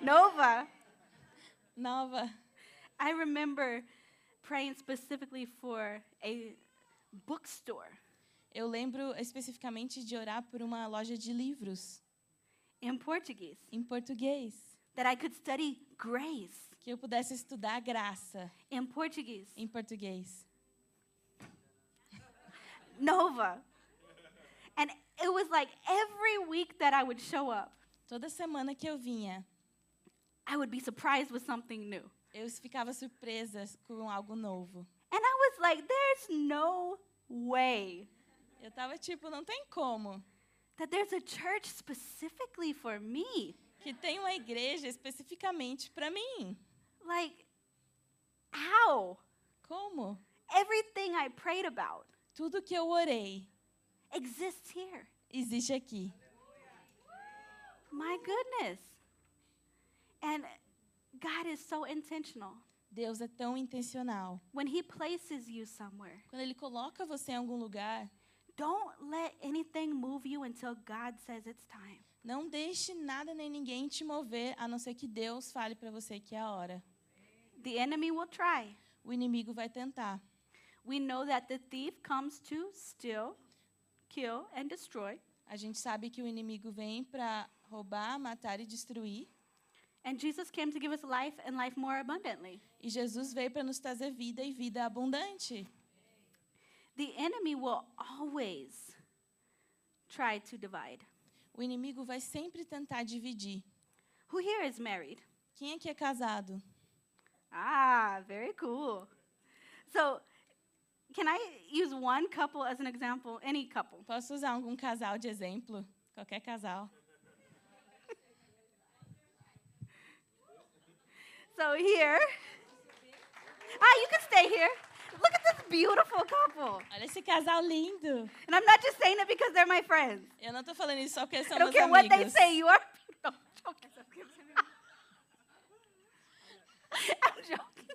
S1: Nova,
S2: Nova.
S1: I remember praying specifically for a bookstore
S2: Eu lembro especificamente de orar por uma loja de livros
S1: in Portuguese
S2: em português,
S1: that I could study grace
S2: que eu pudesse estudar a graça
S1: in Portuguese.
S2: em português.
S1: Nova. And it was like every week that I would show up,
S2: Toda semana que eu vinha,
S1: I would be surprised with something new.
S2: eu ficava surpresa com algo novo.
S1: And I was like, there's no way
S2: Eu tava tipo, não tem como.
S1: that there's a church specifically for me.
S2: Que tem uma igreja especificamente pra mim.
S1: Like, how?
S2: Como?
S1: Everything I prayed about
S2: Tudo que eu orei
S1: exists here.
S2: existe aqui.
S1: My goodness. And God is so intentional.
S2: Deus é tão intencional.
S1: When He places you somewhere,
S2: Quando Ele coloca você em algum lugar,
S1: don't let anything move you until God says it's time.
S2: não deixe nada nem ninguém te mover, a não ser que Deus fale pra você que é a hora.
S1: The enemy will try.
S2: O inimigo vai tentar.
S1: We know that the thief comes to steal, kill, and destroy.
S2: A gente sabe que o inimigo vem pra roubar, matar e destruir.
S1: And Jesus came to give us life and life more abundantly.
S2: E Jesus veio para nos trazer vida e vida abundante.
S1: The enemy will always try to divide.
S2: O inimigo vai sempre tentar dividir.
S1: Who here is married?
S2: Quem aqui é casado?
S1: Ah, very cool. So, can I use one couple as an example? Any couple.
S2: Posso usar algum casal de exemplo? Qualquer casal.
S1: So, here. Ah, you can stay here. Look at this beautiful couple.
S2: Olha esse casal lindo.
S1: And I'm not just saying it because they're my friends.
S2: Eu não tô falando isso só porque são
S1: I don't
S2: meus
S1: care what they
S2: amigos.
S1: say, you are. No, I'm joking. I'm joking.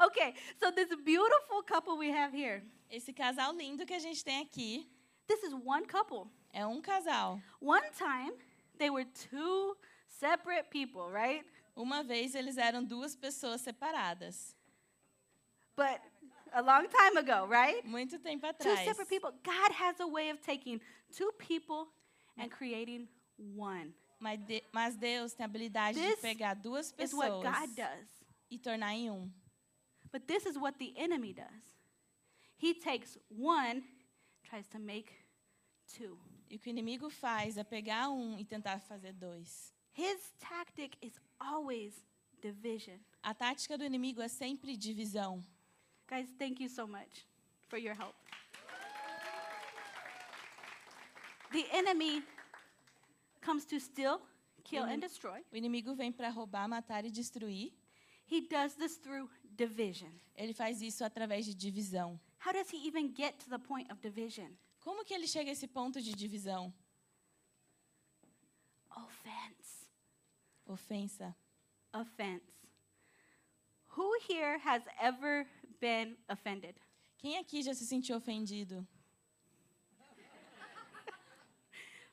S1: Okay, so this beautiful couple we have here.
S2: Esse casal lindo que a gente tem aqui
S1: This is one couple.
S2: é um casal.
S1: One time, they were two separate people, right?
S2: Uma vez eles eram duas pessoas separadas.
S1: but a long time ago, right?
S2: Muito tempo
S1: Two
S2: atrás.
S1: separate people. God has a way of taking two people and creating one.
S2: Mas, de- mas Deus tem a habilidade
S1: This
S2: de pegar duas
S1: It's what
S2: pessoas
S1: God does.
S2: e tornar em um.
S1: But this is what the enemy does. He takes one, tries to make two.
S2: E o que o inimigo faz é pegar um e tentar fazer dois.
S1: His tactic is always division.
S2: A tática do inimigo é sempre divisão.
S1: Guys, thank you so much for your help. The enemy comes to steal, kill, and destroy.
S2: O inimigo vem para roubar, matar e destruir.
S1: He does this through division.
S2: Ele faz isso através de divisão.
S1: How does he even get to the point of division?
S2: Como que ele chega a esse ponto de divisão?
S1: Offense.
S2: Ofensa.
S1: Offense. Who here has ever been offended?
S2: Quem aqui já se sentiu ofendido?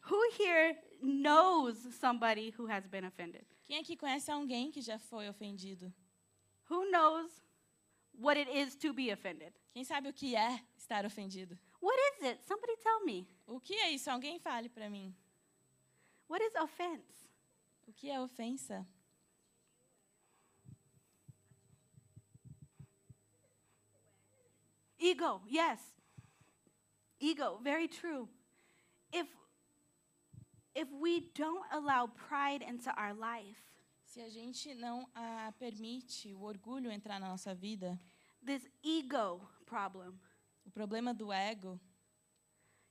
S1: Who here knows somebody who has been offended?
S2: Quem aqui conhece alguém que já foi ofendido?
S1: Who knows what it is to be offended?
S2: Quem sabe o que é estar ofendido?
S1: What is it? Somebody tell me.
S2: O que é isso? Alguém fale para mim.
S1: What is offense?
S2: O que é ofensa?
S1: Ego, yes. Ego, very true. If if we don't allow pride into our life,
S2: Se a gente não ah, permite o orgulho entrar na nossa vida,
S1: this ego problem,
S2: o problema do ego,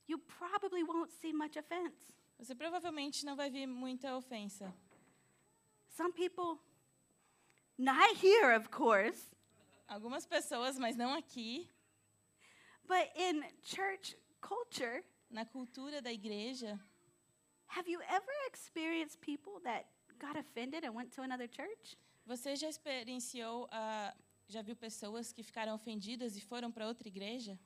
S1: you probably won't see much offense.
S2: você provavelmente não vai ver muita ofensa.
S1: Some people, not here, of course,
S2: Algumas pessoas, mas não aqui,
S1: but in church culture,
S2: na cultura da igreja.
S1: have you ever experienced people that got offended and went to another church?
S2: Você já experienciou, ah, já viu pessoas que ficaram ofendidas e foram para outra igreja?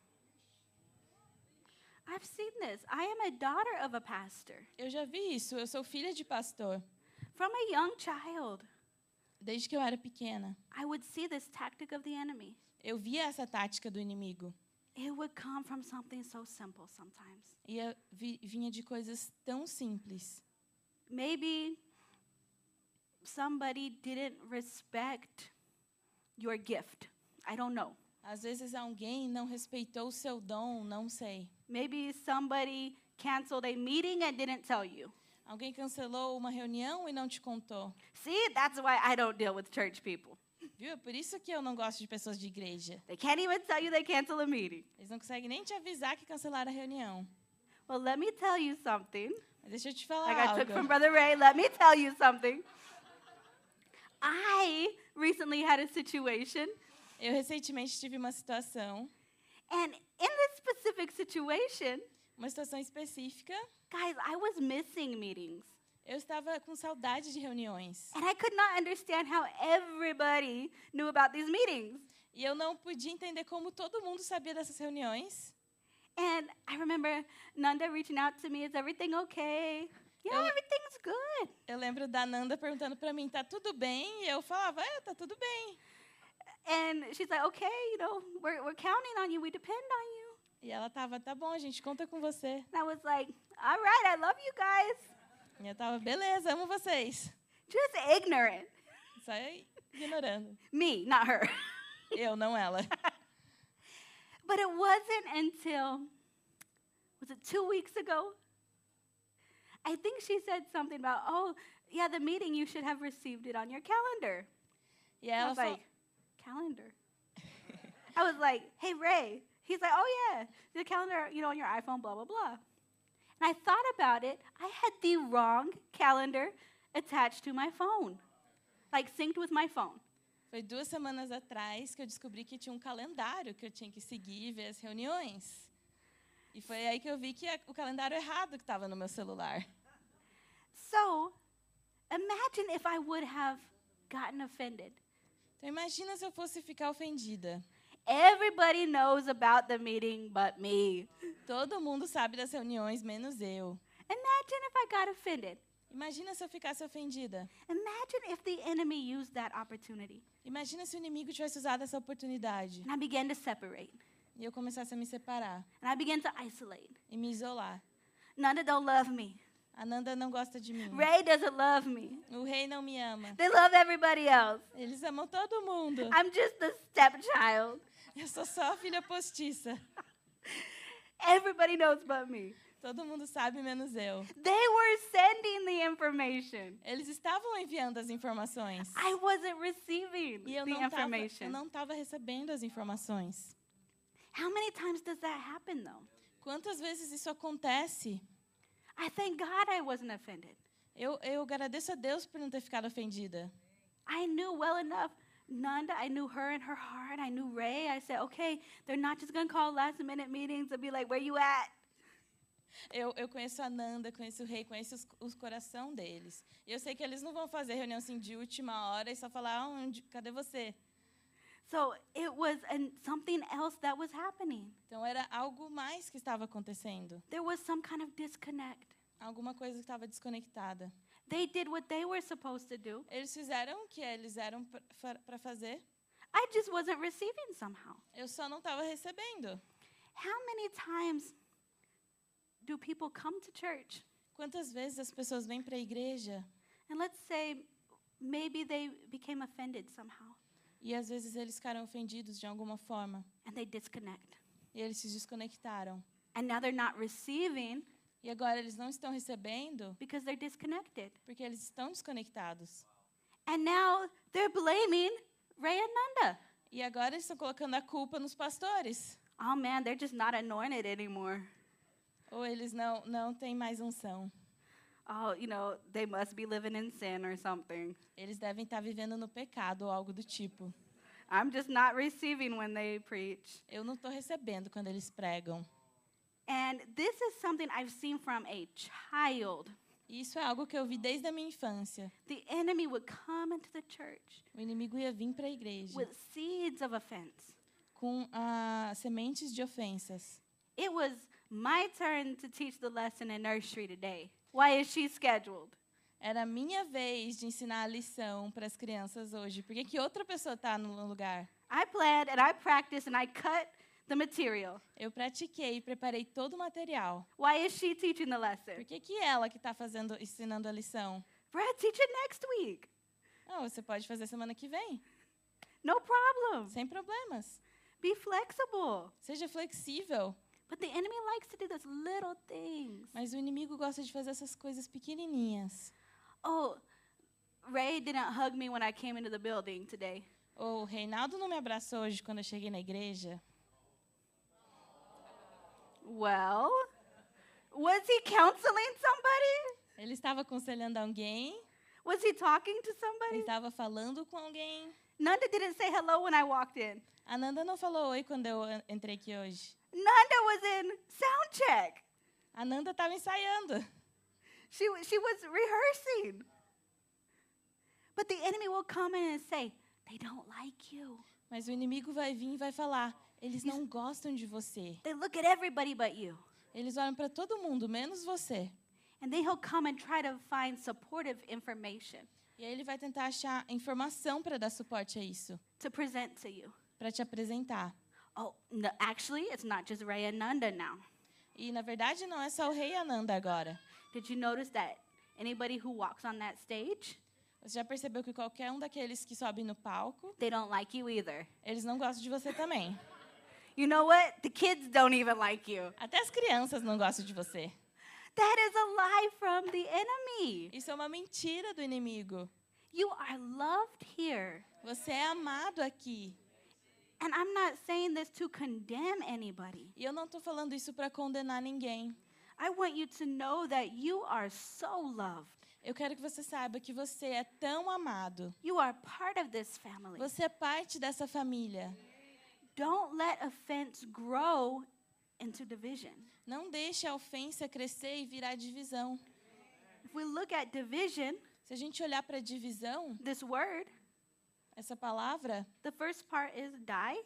S1: I've seen this. I am a daughter of a pastor.
S2: Eu já vi isso. Eu sou filha de pastor.
S1: From a young child,
S2: Desde que eu era pequena,
S1: I would see this tactic of the enemy.
S2: eu via essa tática do inimigo.
S1: It would come from something so simple sometimes.
S2: E eu vi, vinha de coisas tão simples.
S1: Maybe somebody didn't respect your gift. I don't know.
S2: Às vezes alguém não respeitou o seu dom, não sei.
S1: Maybe somebody canceled a meeting and didn't tell you.
S2: Alguém cancelou uma reunião e não te contou.
S1: See, that's why I don't deal with church people.
S2: Viu? É por isso que eu não gosto de pessoas de igreja.
S1: They can't even tell you they cancel a meeting.
S2: Eles não conseguem nem te avisar que cancelaram a reunião.
S1: Well, let me tell you something.
S2: Mas deixa eu te falar
S1: Like I took from
S2: algo.
S1: Brother Ray, let me tell you something. I recently had a situation,
S2: Eu recentemente tive uma situação,
S1: and in this specific situation,
S2: uma situação específica.
S1: guys, I was missing meetings.
S2: Eu estava com saudade de reuniões.
S1: And I could not understand how everybody knew about these meetings.
S2: E eu não podia entender como todo mundo sabia dessas reuniões.
S1: And I remember Nanda reaching out to me, is everything okay? Yeah,
S2: Eu-
S1: everything's good.
S2: Eu lembro da Nanda perguntando para mim, tá tudo bem? E eu falava, é, tá tudo bem.
S1: And she's like, okay, you know, we're, we're counting on you. We depend on you.
S2: E ela tava, tá bom, a gente conta com você.
S1: And I was like, all right, I love you guys.
S2: E eu tava, beleza, amo vocês.
S1: Just ignorant.
S2: Só eu ignorando.
S1: Me, not her.
S2: Eu, não ela.
S1: But it wasn't until, was it two weeks ago? I think she said something about, oh, yeah, the meeting, you should have received it on your calendar.
S2: E
S1: I
S2: ela
S1: was
S2: falou,
S1: like, calendar. I was like, hey, Ray. He's like, oh, yeah, the calendar, you know, on your iPhone, blah, blah, blah. And I thought about it. I had the wrong calendar attached to my phone, like synced with my phone.
S2: foi duas semanas atrás que eu descobri que tinha um calendário que eu tinha que seguir e ver as reuniões. E foi aí que eu vi que a- o calendário errado que estava no meu celular.
S1: So imagine if I would have gotten offended.
S2: Então imagina se eu fosse ficar ofendida.
S1: Everybody knows about the meeting but me.
S2: Todo mundo sabe das reuniões, menos eu.
S1: Imagine if I got offended.
S2: Imagina se eu ficasse ofendida.
S1: Imagine if the enemy used that opportunity
S2: Imagina se o inimigo tivesse usado essa oportunidade
S1: and I began to separate
S2: e eu começasse a me separar
S1: and I began to isolate.
S2: e me isolar.
S1: Nana don't love me.
S2: A Nanda não gosta de mim.
S1: Ray doesn't love me.
S2: O rei não me ama.
S1: They love everybody else.
S2: Eles amam todo mundo.
S1: I'm just the stepchild.
S2: Eu sou só a filha postiça.
S1: Everybody knows but me.
S2: Todo mundo sabe, menos eu.
S1: They were sending the information.
S2: Eles estavam enviando as informações.
S1: I wasn't receiving
S2: E eu
S1: the
S2: não tava, eu
S1: Ah, information.
S2: não estava recebendo as informações.
S1: How many times does that happen though?
S2: Quantas vezes isso acontece?
S1: I thank God I wasn't offended.
S2: Eu, eu agradeço a Deus por não ter ficado ofendida.
S1: I knew well enough Nanda, I knew her and her heart. I knew Ray. I said, okay, they're not just gonna call last minute meetings and be like, where you at?
S2: Eu, eu conheço a Nanda, conheço o rei, conheço os, os coração deles. E eu sei que eles não vão fazer reunião assim de última hora e só falar, ah, onde, cadê você?
S1: So it was an, something else that was happening.
S2: Então era algo mais que estava acontecendo.
S1: There was some kind of disconnect.
S2: Alguma coisa que estava desconectada.
S1: They did what they were supposed to do.
S2: Eles fizeram o que eles eram para fazer.
S1: I just wasn't receiving somehow.
S2: Eu só não estava recebendo.
S1: How many times do people come to church?
S2: Quantas vezes as pessoas vêm para a igreja
S1: And let's say maybe they became offended somehow
S2: e às vezes eles ficaram ofendidos de alguma forma
S1: and they disconnect.
S2: e eles se desconectaram.
S1: And now they're not receiving
S2: E agora eles não estão recebendo
S1: because they're disconnected.
S2: porque eles estão desconectados.
S1: And now they're blaming Ray and Nanda.
S2: E agora eles estão colocando a culpa nos pastores.
S1: Oh man, they're just not anointed anymore.
S2: Ou eles não não têm mais unção.
S1: Oh, you know, they must be living in sin or something.
S2: Eles devem estar vivendo no pecado ou algo do tipo.
S1: I'm just not receiving when they preach.
S2: Eu não estou recebendo quando eles pregam.
S1: And this is something I've seen from a child.
S2: E Isso é algo que eu vi desde a minha infância.
S1: The enemy would come into the church
S2: O inimigo ia vir para a igreja
S1: with seeds of offense.
S2: com ah, sementes de ofensas.
S1: It was my turn to teach the lesson in nursery today. Why is she scheduled?
S2: Era a minha vez de ensinar a lição para as crianças hoje. Por que, que outra pessoa está no lugar?
S1: I planned and I practiced and I cut the material.
S2: Eu pratiquei e preparei todo o material.
S1: Why is she teaching the
S2: Por
S1: lesson?
S2: que, que ela que está fazendo, ensinando a lição?
S1: Brad, teach it next week.
S2: Ah, você pode fazer semana que vem,
S1: No problem.
S2: sem problemas.
S1: Be flexible.
S2: Seja flexível.
S1: But the enemy likes to do those little things.
S2: Mas o inimigo gosta de fazer essas coisas pequenininhas.
S1: Oh, Ray didn't hug me when I came into the building today.
S2: Ou o Reinaldo não me abraçou hoje quando eu cheguei na igreja.
S1: Well, was he counseling somebody?
S2: Ele estava aconselhando alguém,
S1: Was he talking to
S2: ele
S1: somebody?
S2: estava falando com alguém.
S1: Nanda didn't say hello when I walked in.
S2: A Nanda não falou oi quando eu en- entrei aqui hoje.
S1: Nanda was in sound check.
S2: A Nanda estava ensaiando.
S1: She, wa- she was rehearsing. But the enemy will come in and say, they don't like you.
S2: Mas o inimigo vai vir e vai falar: eles não gostam de você.
S1: They look at everybody but you.
S2: Eles olham para todo mundo, menos você.
S1: And then he'll come and try to find supportive information
S2: E aí ele vai tentar achar informação para dar suporte a isso,
S1: to present to you.
S2: para te apresentar.
S1: Oh, no, actually, it's not just Ray and Nanda now.
S2: E na verdade não é só o rei Ananda agora.
S1: Did you notice that anybody who walks on that stage,
S2: Você já percebeu que qualquer um daqueles que sobe no palco,
S1: they don't like you either?
S2: eles não gostam de você também.
S1: You know what? The kids don't even like you.
S2: Até as crianças não gostam de você.
S1: That is a lie from the enemy.
S2: Isso é uma mentira do inimigo.
S1: You are loved here.
S2: Você é amado aqui.
S1: And I'm not saying this to condemn anybody.
S2: E eu não estou falando isso para condenar ninguém.
S1: I want you to know that you are so loved.
S2: Eu quero que você saiba que você é tão amado.
S1: You are part of this family.
S2: Você é parte dessa família.
S1: Don't let offense grow into division.
S2: Não deixe a ofensa crescer e virar divisão.
S1: If we look at division,
S2: Se a gente olhar para divisão,
S1: this word,
S2: essa palavra,
S1: the first part is die,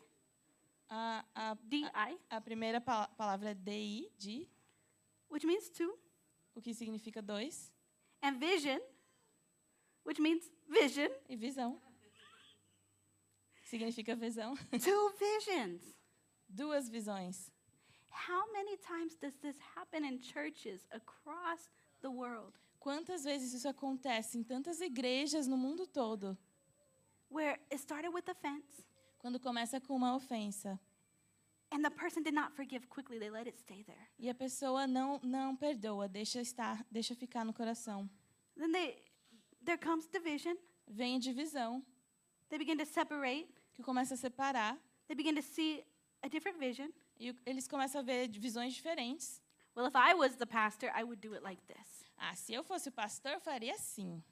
S2: a, a,
S1: D I,
S2: a primeira pa- palavra é DI, de,
S1: which means two,
S2: o que significa dois,
S1: and vision, which means vision,
S2: E visão. Significa visão.
S1: two visions.
S2: Duas visões.
S1: How many times does this happen in churches across the world
S2: Quantas vezes isso acontece em tantas igrejas no mundo todo?
S1: where it started with offense
S2: Quando começa com uma ofensa
S1: and the person did not forgive quickly, they let it stay there.
S2: e a pessoa não não perdoa, deixa estar, deixa ficar no coração.
S1: Then they, there comes division.
S2: Vem divisão,
S1: They begin to separate.
S2: que começa a separar
S1: They begin to see a different vision.
S2: e o- eles começam a ver visões diferentes.
S1: Well, if I was the pastor, I would do it like this.
S2: Ah, se eu fosse o pastor, eu faria assim.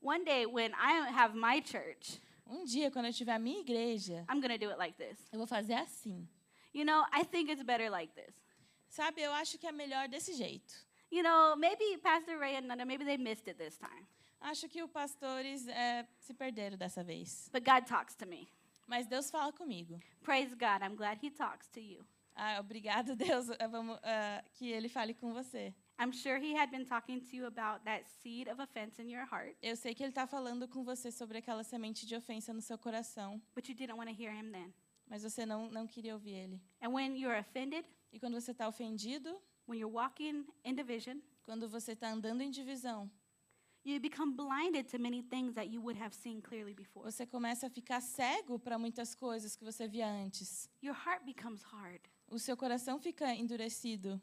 S1: One day when I have my church,
S2: Um dia, quando eu tiver a minha igreja,
S1: I'm going to do it like this.
S2: eu vou fazer assim.
S1: You know, I think it's better like this.
S2: Sabe, eu acho que é melhor desse jeito.
S1: You know, maybe Pastor Ray and Nana, maybe they missed it this time.
S2: Acho que os pastores é, se perderam dessa vez.
S1: But God talks to me.
S2: Mas Deus fala comigo.
S1: Praise God. I'm glad He talks to you.
S2: Ah, obrigado, Deus, eh, vamos, ah, que Ele fale com você.
S1: I'm sure He had been talking to you about that seed of offense in your heart,
S2: Eu sei que Ele está falando com você sobre aquela semente de ofensa no seu coração,
S1: but you didn't want to hear Him then.
S2: mas você não, não queria ouvir Ele.
S1: And when you're offended,
S2: E quando você está ofendido,
S1: when you're walking in division,
S2: quando você está andando em divisão,
S1: you become blinded to many things that you would have seen clearly before.
S2: você começa a ficar cego para muitas coisas que você via antes.
S1: Your heart becomes hard.
S2: O seu coração fica endurecido,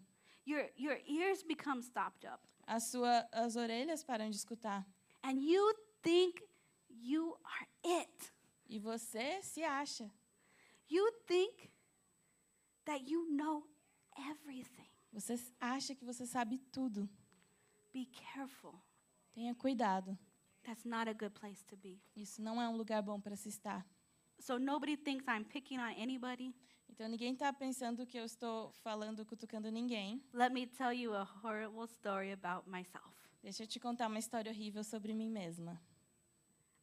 S1: Your, your ears become stopped up.
S2: a sua, as orelhas param de escutar.
S1: And you think you are it.
S2: E você se acha.
S1: You think that you know everything.
S2: Você s- acha que você sabe tudo.
S1: Be careful.
S2: Tenha cuidado.
S1: That's not a good place to be.
S2: Isso não é um lugar bom para se estar.
S1: So nobody thinks I'm picking on anybody.
S2: Então ninguém está pensando que eu estou falando, cutucando ninguém.
S1: Let me tell you a horrible story about myself.
S2: Deixa eu te contar uma história horrível sobre mim mesma.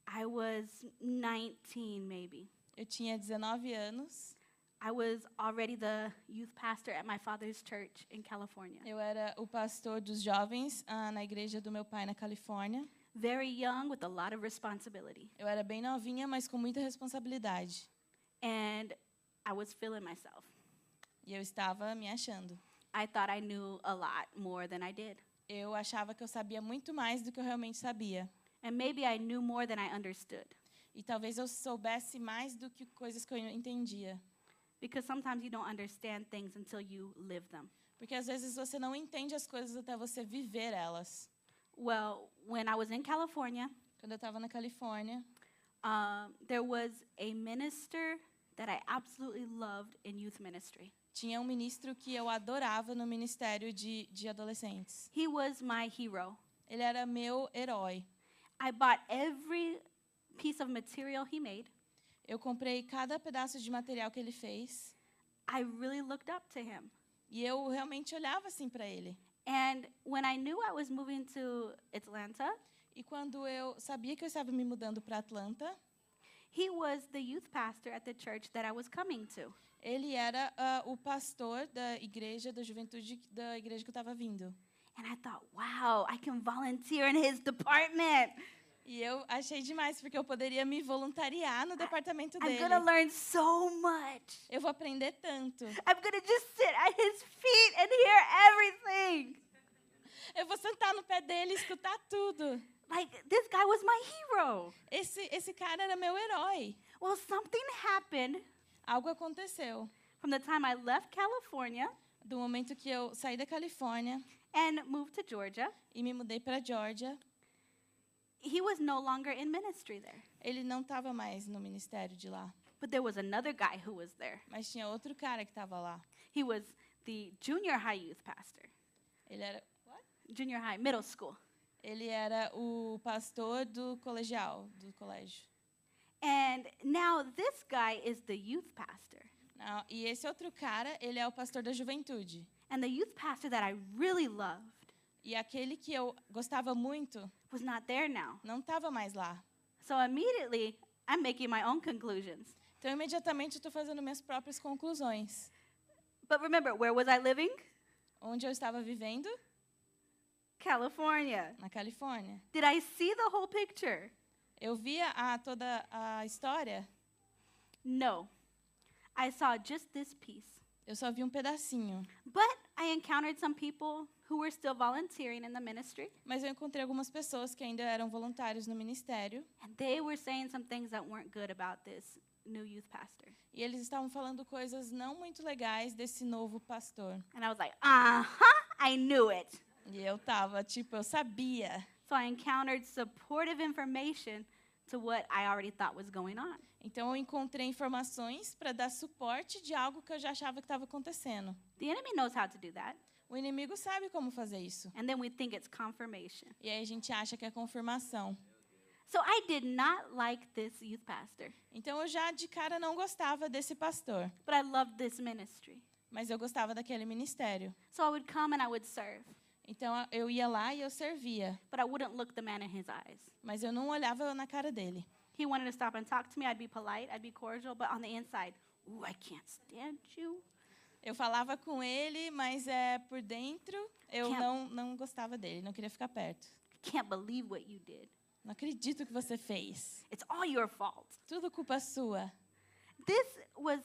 S1: I was 19, maybe.
S2: Eu tinha 19 anos,
S1: I was already the youth pastor at my father's church in California.
S2: eu era o pastor dos jovens ah, na igreja do meu pai na Califórnia.
S1: Very young with a lot of responsibility.
S2: Eu era bem novinha, mas com muita responsabilidade.
S1: And I was feeling myself.
S2: E eu estava me achando.
S1: I thought I knew a lot more than I did.
S2: Eu achava que eu sabia muito mais do que eu realmente sabia.
S1: And maybe I knew more than I understood.
S2: E talvez eu soubesse mais do que coisas que eu entendia.
S1: Because sometimes you don't understand things until you live them.
S2: Porque às vezes você não entende as coisas até você viver elas.
S1: Well, when I was in California,
S2: Quando eu estava na Califórnia,
S1: um, there was a minister that I absolutely loved in youth ministry.
S2: Tinha um ministro que eu adorava no ministério de, de adolescentes.
S1: He was my hero.
S2: Ele era meu herói.
S1: I bought every piece of material he made.
S2: Eu comprei cada pedaço de material que ele fez
S1: I really looked up to him.
S2: e eu realmente olhava assim para ele.
S1: And when I knew I was moving to Atlanta,
S2: E quando eu sabia que eu estava me mudando para Atlanta,
S1: he was the youth pastor at the church that I was coming to.
S2: ele era ah, o pastor da igreja da juventude da igreja que eu estava vindo.
S1: And I thought, wow, I can volunteer in his department.
S2: E eu achei demais porque eu poderia me voluntariar no departamento
S1: I'm
S2: dele.
S1: going to learn so much.
S2: Eu vou aprender tanto.
S1: I'm going to just sit at his feet and hear everything.
S2: Eu vou sentar no pé dele e escutar tudo.
S1: Like, this guy was my hero.
S2: Esse, esse cara era meu herói.
S1: Well, something happened
S2: Algo aconteceu.
S1: from the time I left California
S2: Do momento que eu saí da Califórnia
S1: and moved to Georgia.
S2: e me mudei para Georgia,
S1: He was no longer in ministry there.
S2: ele não estava mais no ministério de lá,
S1: But there was another guy who was there.
S2: mas tinha outro cara que estava lá.
S1: He was the junior high youth pastor,
S2: Ele era
S1: junior high, middle school.
S2: ele era o pastor do colegial, do colégio.
S1: And now this guy is the youth pastor.
S2: Não, e esse outro cara, ele é o pastor da juventude.
S1: And the youth pastor that I really loved
S2: E aquele que eu gostava muito
S1: was not there now.
S2: não estava mais lá.
S1: So immediately, I'm making my own conclusions.
S2: Então imediatamente eu estou fazendo minhas próprias conclusões.
S1: But remember, where was I living?
S2: Onde eu estava vivendo?
S1: California.
S2: na Califórnia.
S1: Did I see the whole picture?
S2: Eu via a, toda a história,
S1: No. I saw just this piece.
S2: eu só vi um pedacinho.
S1: But I encountered some people who were still volunteering in the ministry,
S2: Mas eu encontrei algumas pessoas que ainda eram voluntários no ministério
S1: and they were saying some things that weren't good about this new youth pastor.
S2: e eles estavam falando coisas não muito legais desse novo pastor.
S1: And I was like, uh huh, I knew it.
S2: E eu tava, tipo, eu sabia.
S1: So I encountered supportive information to what I already thought was going on.
S2: Então eu encontrei informações para dar suporte de algo que eu já achava que estava acontecendo.
S1: The enemy knows how to do that.
S2: O inimigo sabe como fazer isso.
S1: And then we think it's confirmation.
S2: E aí a gente acha que é confirmação.
S1: So I did not like this youth pastor,
S2: Então eu já de cara não gostava desse pastor,
S1: but I loved this ministry.
S2: mas eu gostava daquele ministério.
S1: So I would come and I would serve,
S2: Então a- eu ia lá e eu servia,
S1: but I wouldn't look the man in his eyes.
S2: mas eu não olhava na cara dele.
S1: He wanted to stop and talk to me. I'd be polite, I'd be cordial, but on the inside, ooh, I can't stand you.
S2: Eu falava com ele, mas é por dentro eu
S1: Quer-
S2: não, não gostava dele, não queria ficar perto.
S1: I can't believe what you did.
S2: Não acredito que você fez.
S1: It's all your fault.
S2: Tudo culpa sua.
S1: This was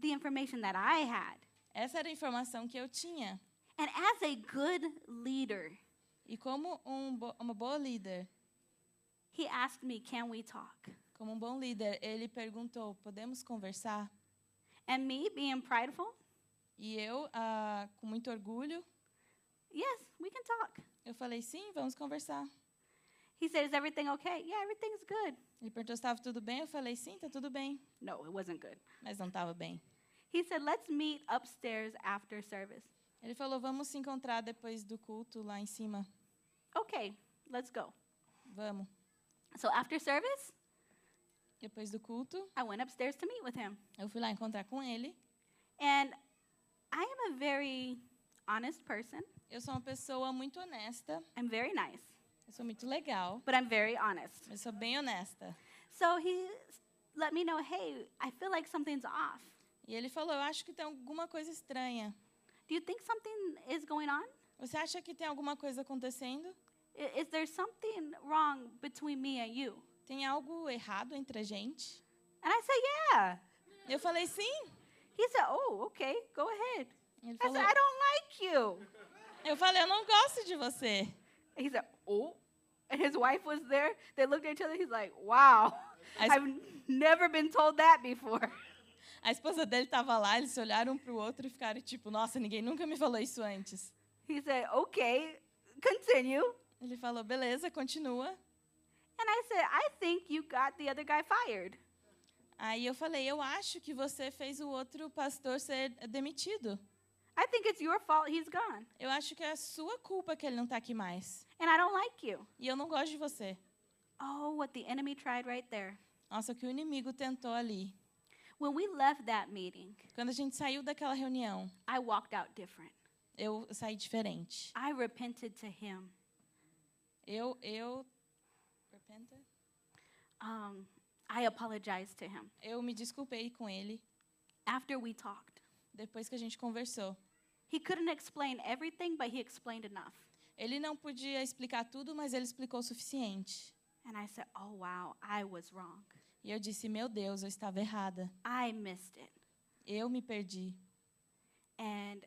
S1: the information that I had.
S2: Essa era a informação que eu tinha.
S1: And as a good leader,
S2: E como um bo- uma boa líder,
S1: he asked me, Can we talk?
S2: como um bom líder, ele perguntou: podemos conversar?
S1: And me being prideful,
S2: E eu, ah, com muito orgulho,
S1: yes, we can talk.
S2: eu falei: sim, vamos conversar.
S1: He said, Is everything okay? Yeah, everything's good.
S2: Ele perguntou se estava tudo bem. Eu falei: sim, tá tudo bem.
S1: No, it wasn't good.
S2: Mas não estava bem.
S1: He said, Let's meet upstairs after service.
S2: Ele falou: vamos se encontrar depois do culto lá em cima.
S1: Okay, let's go.
S2: Vamos.
S1: So after service,
S2: Depois do culto,
S1: I went upstairs to meet with him.
S2: eu fui lá encontrar com ele.
S1: And I am a very honest person.
S2: Eu sou uma pessoa muito honesta.
S1: I'm very nice,
S2: Eu sou muito legal.
S1: but I'm very honest.
S2: Eu sou bem honesta.
S1: So he s- let me know, Hey, I feel like something's off.
S2: E ele falou: eu acho que tem alguma coisa estranha.
S1: Do you think something is going on?
S2: Você acha que tem alguma coisa acontecendo?
S1: I- Is there something wrong between me and you?
S2: Tem algo errado entre a gente?
S1: And I said, Yeah.
S2: Eu falei sim.
S1: He said, Oh, okay, go ahead.
S2: Ele
S1: I said,
S2: falou,
S1: I don't like you.
S2: eu falei, eu não gosto de você.
S1: And he's like, oh. And his wife was there. They looked at each other. He's like, wow.
S2: I s-
S1: I've never been told that before.
S2: A esposa dele estava lá, eles se olharam um pro outro e ficaram tipo, nossa, ninguém nunca me falou isso antes.
S1: He said, okay, continue. And
S2: Ele falou, beleza, continua.
S1: I said, I think you got the other guy fired.
S2: Aí eu falei, eu acho que você fez o outro pastor ser demitido.
S1: I think it's your fault he's gone.
S2: Eu acho que é a sua culpa que ele não tá aqui mais.
S1: And I don't like you.
S2: E eu não gosto de você.
S1: Oh, what the enemy tried right there.
S2: Nossa, o que o inimigo tentou ali.
S1: When we left that meeting,
S2: Quando a gente saiu daquela reunião,
S1: I walked out different.
S2: eu saí diferente.
S1: I repented to him.
S2: Eu, eu... Repenta?
S1: Um, I apologized to him
S2: Eu me desculpei com ele
S1: after we talked.
S2: depois que a gente conversou.
S1: He couldn't explain everything, but he explained enough.
S2: Ele não podia explicar tudo, mas ele explicou o suficiente.
S1: And I said, Oh, wow, I was wrong.
S2: E eu disse: Meu Deus, eu estava errada.
S1: I missed it.
S2: Eu me perdi.
S1: And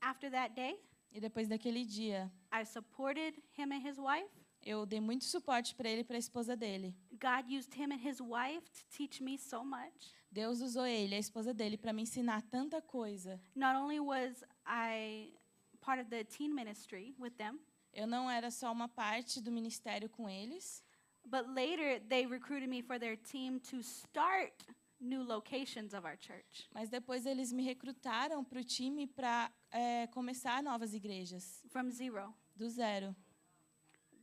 S1: after that day,
S2: E depois daquele dia,
S1: I supported him and his wife.
S2: eu dei muito suporte para ele e para a esposa dele.
S1: God used him and his wife to teach me so much.
S2: Deus usou ele, e a esposa dele, para me ensinar tanta coisa.
S1: Not only was I part of the teen ministry with them,
S2: Eu não era só uma parte do ministério com eles,
S1: but later they recruited me for their team to start new locations of our church.
S2: mas depois eles me recrutaram para o time para começar novas igrejas,
S1: From zero
S2: do zero,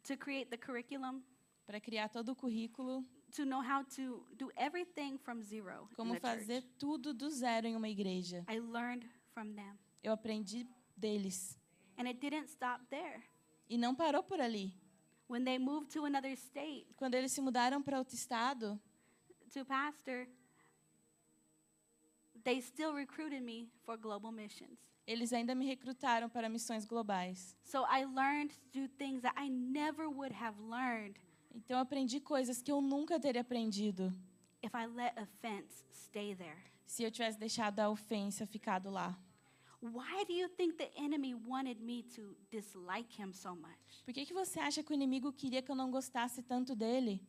S1: to create the curriculum,
S2: para criar todo o currículo,
S1: to know how to do everything from zero. in
S2: como
S1: the church.
S2: fazer tudo do zero em uma igreja.
S1: I learned from them.
S2: Eu aprendi deles.
S1: And it didn't stop there.
S2: E não parou por ali.
S1: When they moved to another state
S2: Quando eles se mudaram para outro estado,
S1: to pastor, they still recruited me for global missions.
S2: eles ainda me recrutaram para missões globais.
S1: So I learned to do things that I never would have learned
S2: Então eu aprendi coisas que eu nunca teria aprendido
S1: if I let offense stay there.
S2: se eu tivesse deixado a ofensa ficado lá.
S1: Why do you think the enemy wanted me to dislike him so much?
S2: Por que, que você acha que o inimigo queria que eu não gostasse tanto dele?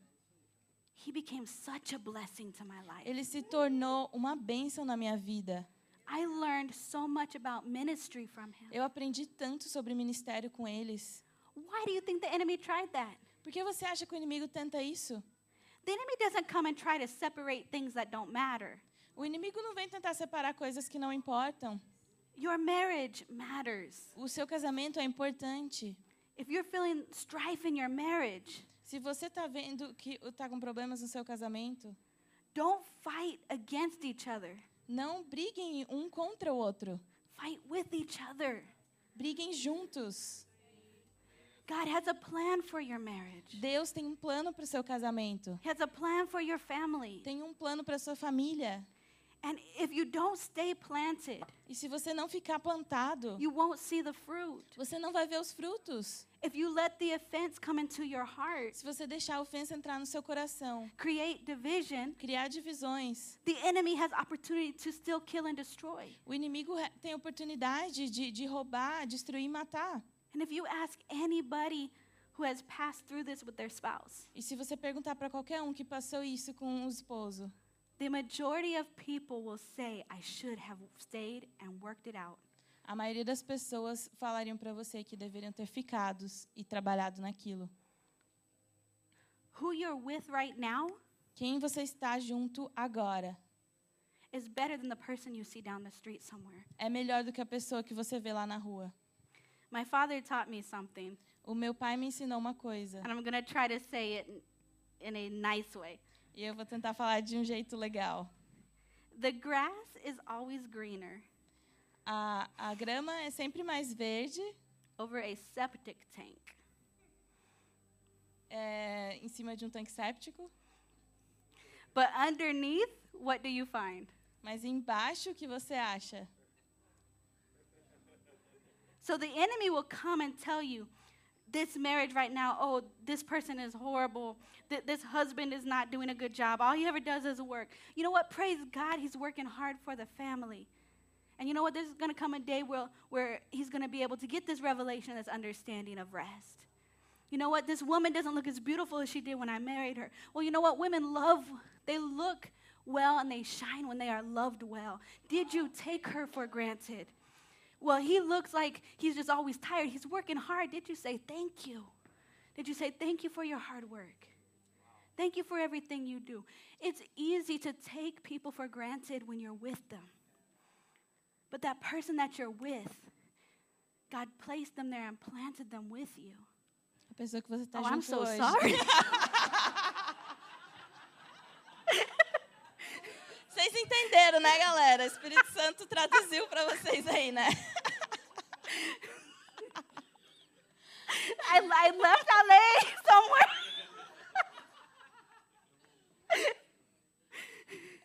S1: He became such a blessing to my life.
S2: Ele se tornou uma bênção na minha vida.
S1: I learned so much about ministry from him.
S2: Eu aprendi tanto sobre ministério com eles.
S1: Why do you think the enemy tried that?
S2: Por que você acha que o inimigo tenta isso?
S1: The enemy doesn't come and try to separate things that don't matter.
S2: O inimigo não vem tentar separar coisas que não importam.
S1: Your marriage matters.
S2: O seu casamento é importante.
S1: If you're feeling strife in your marriage,
S2: Se você está vendo que está com problemas no seu casamento,
S1: don't fight against each other.
S2: não briguem um contra o outro.
S1: Fight with each other.
S2: Briguem juntos.
S1: God has a plan for your marriage.
S2: Deus tem um plano para o seu casamento.
S1: He has a plan for your family.
S2: Tem um plano para sua família.
S1: And if you don't stay planted,
S2: E se você não ficar plantado,
S1: you won't see the fruit.
S2: você não vai ver os frutos.
S1: If you let the offense come into your heart,
S2: Se você deixar a ofensa entrar no seu coração,
S1: create division,
S2: criar divisões,
S1: the enemy has opportunity to still kill and destroy.
S2: o inimigo re- tem oportunidade de, de roubar, destruir e matar.
S1: And if you ask anybody who has passed through this with their spouse,
S2: E se você perguntar para qualquer um que passou isso com o esposo,
S1: the majority of people will say, I should have stayed and worked it out.
S2: a maioria das pessoas falariam para você que deveriam ter ficado e trabalhado naquilo.
S1: Who you're with right now
S2: Quem você está junto agora
S1: is better than the person you see down the street somewhere.
S2: é melhor do que a pessoa que você vê lá na rua.
S1: My father taught me something,
S2: O meu pai me ensinou uma coisa
S1: and I'm going to try to say it in a nice way.
S2: e eu vou tentar falar de um jeito legal.
S1: The grass is always greener
S2: A, a grama é sempre mais verde
S1: over a septic tank.
S2: é, em cima de um tanque séptico,
S1: But underneath, what do you find?
S2: mas embaixo o que você acha?
S1: So the enemy will come and tell you, this marriage right now, oh, this person is horrible. Th- this husband is not doing a good job. All he ever does is work. You know what? Praise God, he's working hard for the family. And you know what? There's going to come a day where, where he's going to be able to get this revelation, this understanding of rest. You know what? This woman doesn't look as beautiful as she did when I married her. Well, you know what? Women love, they look well and they shine when they are loved well. Did you take her for granted? Well, he looks like he's just always tired. He's working hard. Did you say thank you? Did you say thank you for your hard work? Thank you for everything you do. It's easy to take people for granted when you're with them. But that person that you're with, God placed them there and planted them with you.
S2: A pessoa que você está
S1: oh,
S2: junto
S1: I'm so
S2: hoje.
S1: sorry.
S2: Vocês entenderam, né, galera? O Espírito Santo traduziu para vocês aí, né?
S1: I, I left LA somewhere.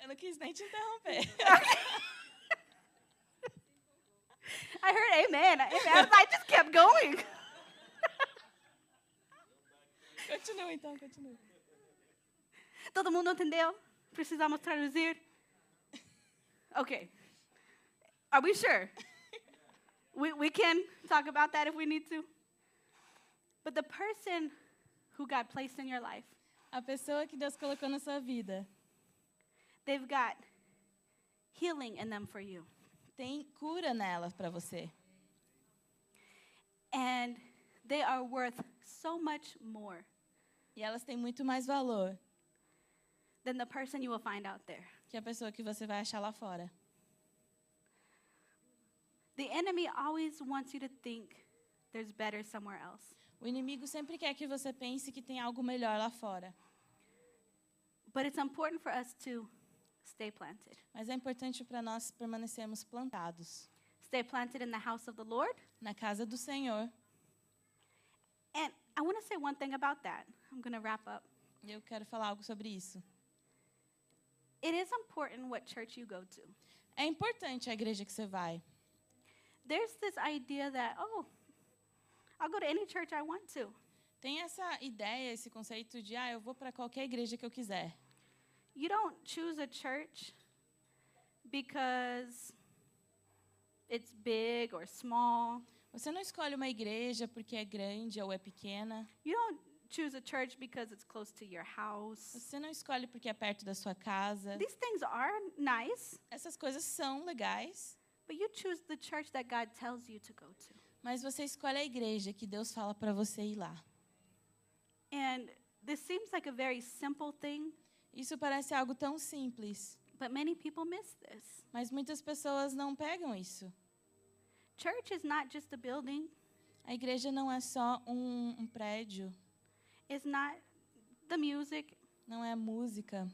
S2: Eu não quis nem te interromper.
S1: I heard amen. amen. I just kept going.
S2: continua então, continua.
S1: Todo mundo entendeu? Precisamos traduzir? Okay. Are we sure? we, we can talk about that if we need to. But the person who got placed in your life,
S2: A pessoa que Deus colocou na sua vida
S1: they've got healing in them for you.
S2: tem cura nela para você.
S1: And they are worth so much more
S2: E elas têm muito mais valor
S1: than the person you will find out there.
S2: que a pessoa que você vai achar lá fora.
S1: The enemy always wants you to think there's better somewhere else.
S2: O inimigo sempre quer que você pense que tem algo melhor lá fora.
S1: But it's important for us to stay planted.
S2: Mas é importante para nós permanecermos plantados
S1: Stay planted in the house of the Lord.
S2: na casa do Senhor.
S1: And I want to say one thing about that. I'm going to wrap up.
S2: E eu quero falar algo sobre isso.
S1: It is important what church you go to.
S2: É importante a igreja que você vai.
S1: there's this idea that, oh, I'll go to any church I want to.
S2: Tem essa ideia, esse conceito de ah, eu vou para qualquer igreja que eu quiser.
S1: You don't choose a church because it's big or small.
S2: Você não escolhe uma igreja porque é grande ou é pequena.
S1: You don't choose a church because it's close to your house.
S2: Você não escolhe porque é perto da sua casa.
S1: These things are nice,
S2: Essas coisas são legais,
S1: but you choose the church that God tells you to go to.
S2: mas você escolhe a igreja que Deus fala para você ir lá.
S1: And this seems like a very simple thing,
S2: Isso parece algo tão simples,
S1: but many people miss this.
S2: mas muitas pessoas não pegam isso.
S1: Church is not just a building,
S2: A igreja não é só um, um prédio,
S1: it's not the music.
S2: não é música.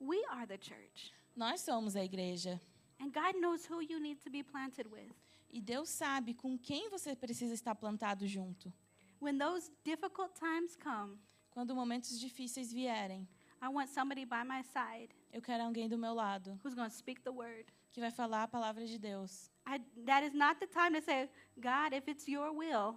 S1: We are the church.
S2: Nós somos a igreja.
S1: And God knows who you need to be planted with.
S2: E Deus sabe com quem você precisa estar plantado junto.
S1: When those difficult times come,
S2: Quando momentos difíceis vierem,
S1: I want somebody by my side
S2: eu quero alguém do meu lado
S1: who's going to speak the word.
S2: que vai falar a palavra de Deus.
S1: I, that is not the time to say, God, if it's your will,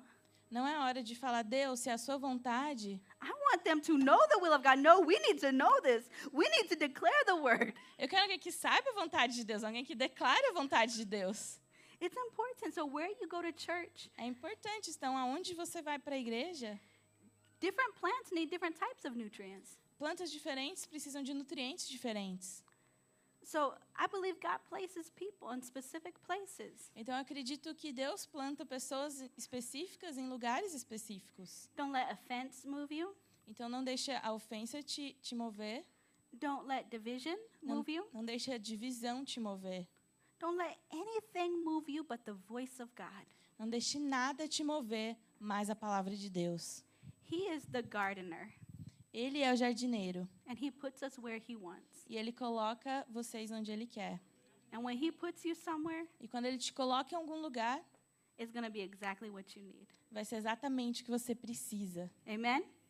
S2: Não é hora de falar, Deus, se é a sua vontade,
S1: I want them to know the will of God. No, we need to know this. We need to declare the word.
S2: eu quero alguém que saiba a vontade de Deus, alguém que declare a vontade de Deus.
S1: It's important. So, where you go to church,
S2: É importante, então, aonde você vai para a igreja,
S1: different plants need different types of nutrients.
S2: plantas diferentes precisam de nutrientes diferentes.
S1: So, I believe God places people in specific places.
S2: Então, eu acredito que Deus planta pessoas específicas em lugares específicos.
S1: Don't let offense move you,
S2: Então, não deixa a ofensa te, te mover,
S1: don't let division move you,
S2: não deixa a divisão te mover,
S1: don't let anything move you but the voice of God.
S2: não deixe nada te mover, mais a palavra de Deus.
S1: He is the gardener,
S2: Ele é o jardineiro
S1: and He puts us where He wants.
S2: e ele coloca vocês onde ele quer.
S1: And when He puts you somewhere,
S2: E quando ele te coloca em algum lugar,
S1: it's going to be exactly what you need.
S2: vai ser exatamente o que você precisa.
S1: Amen?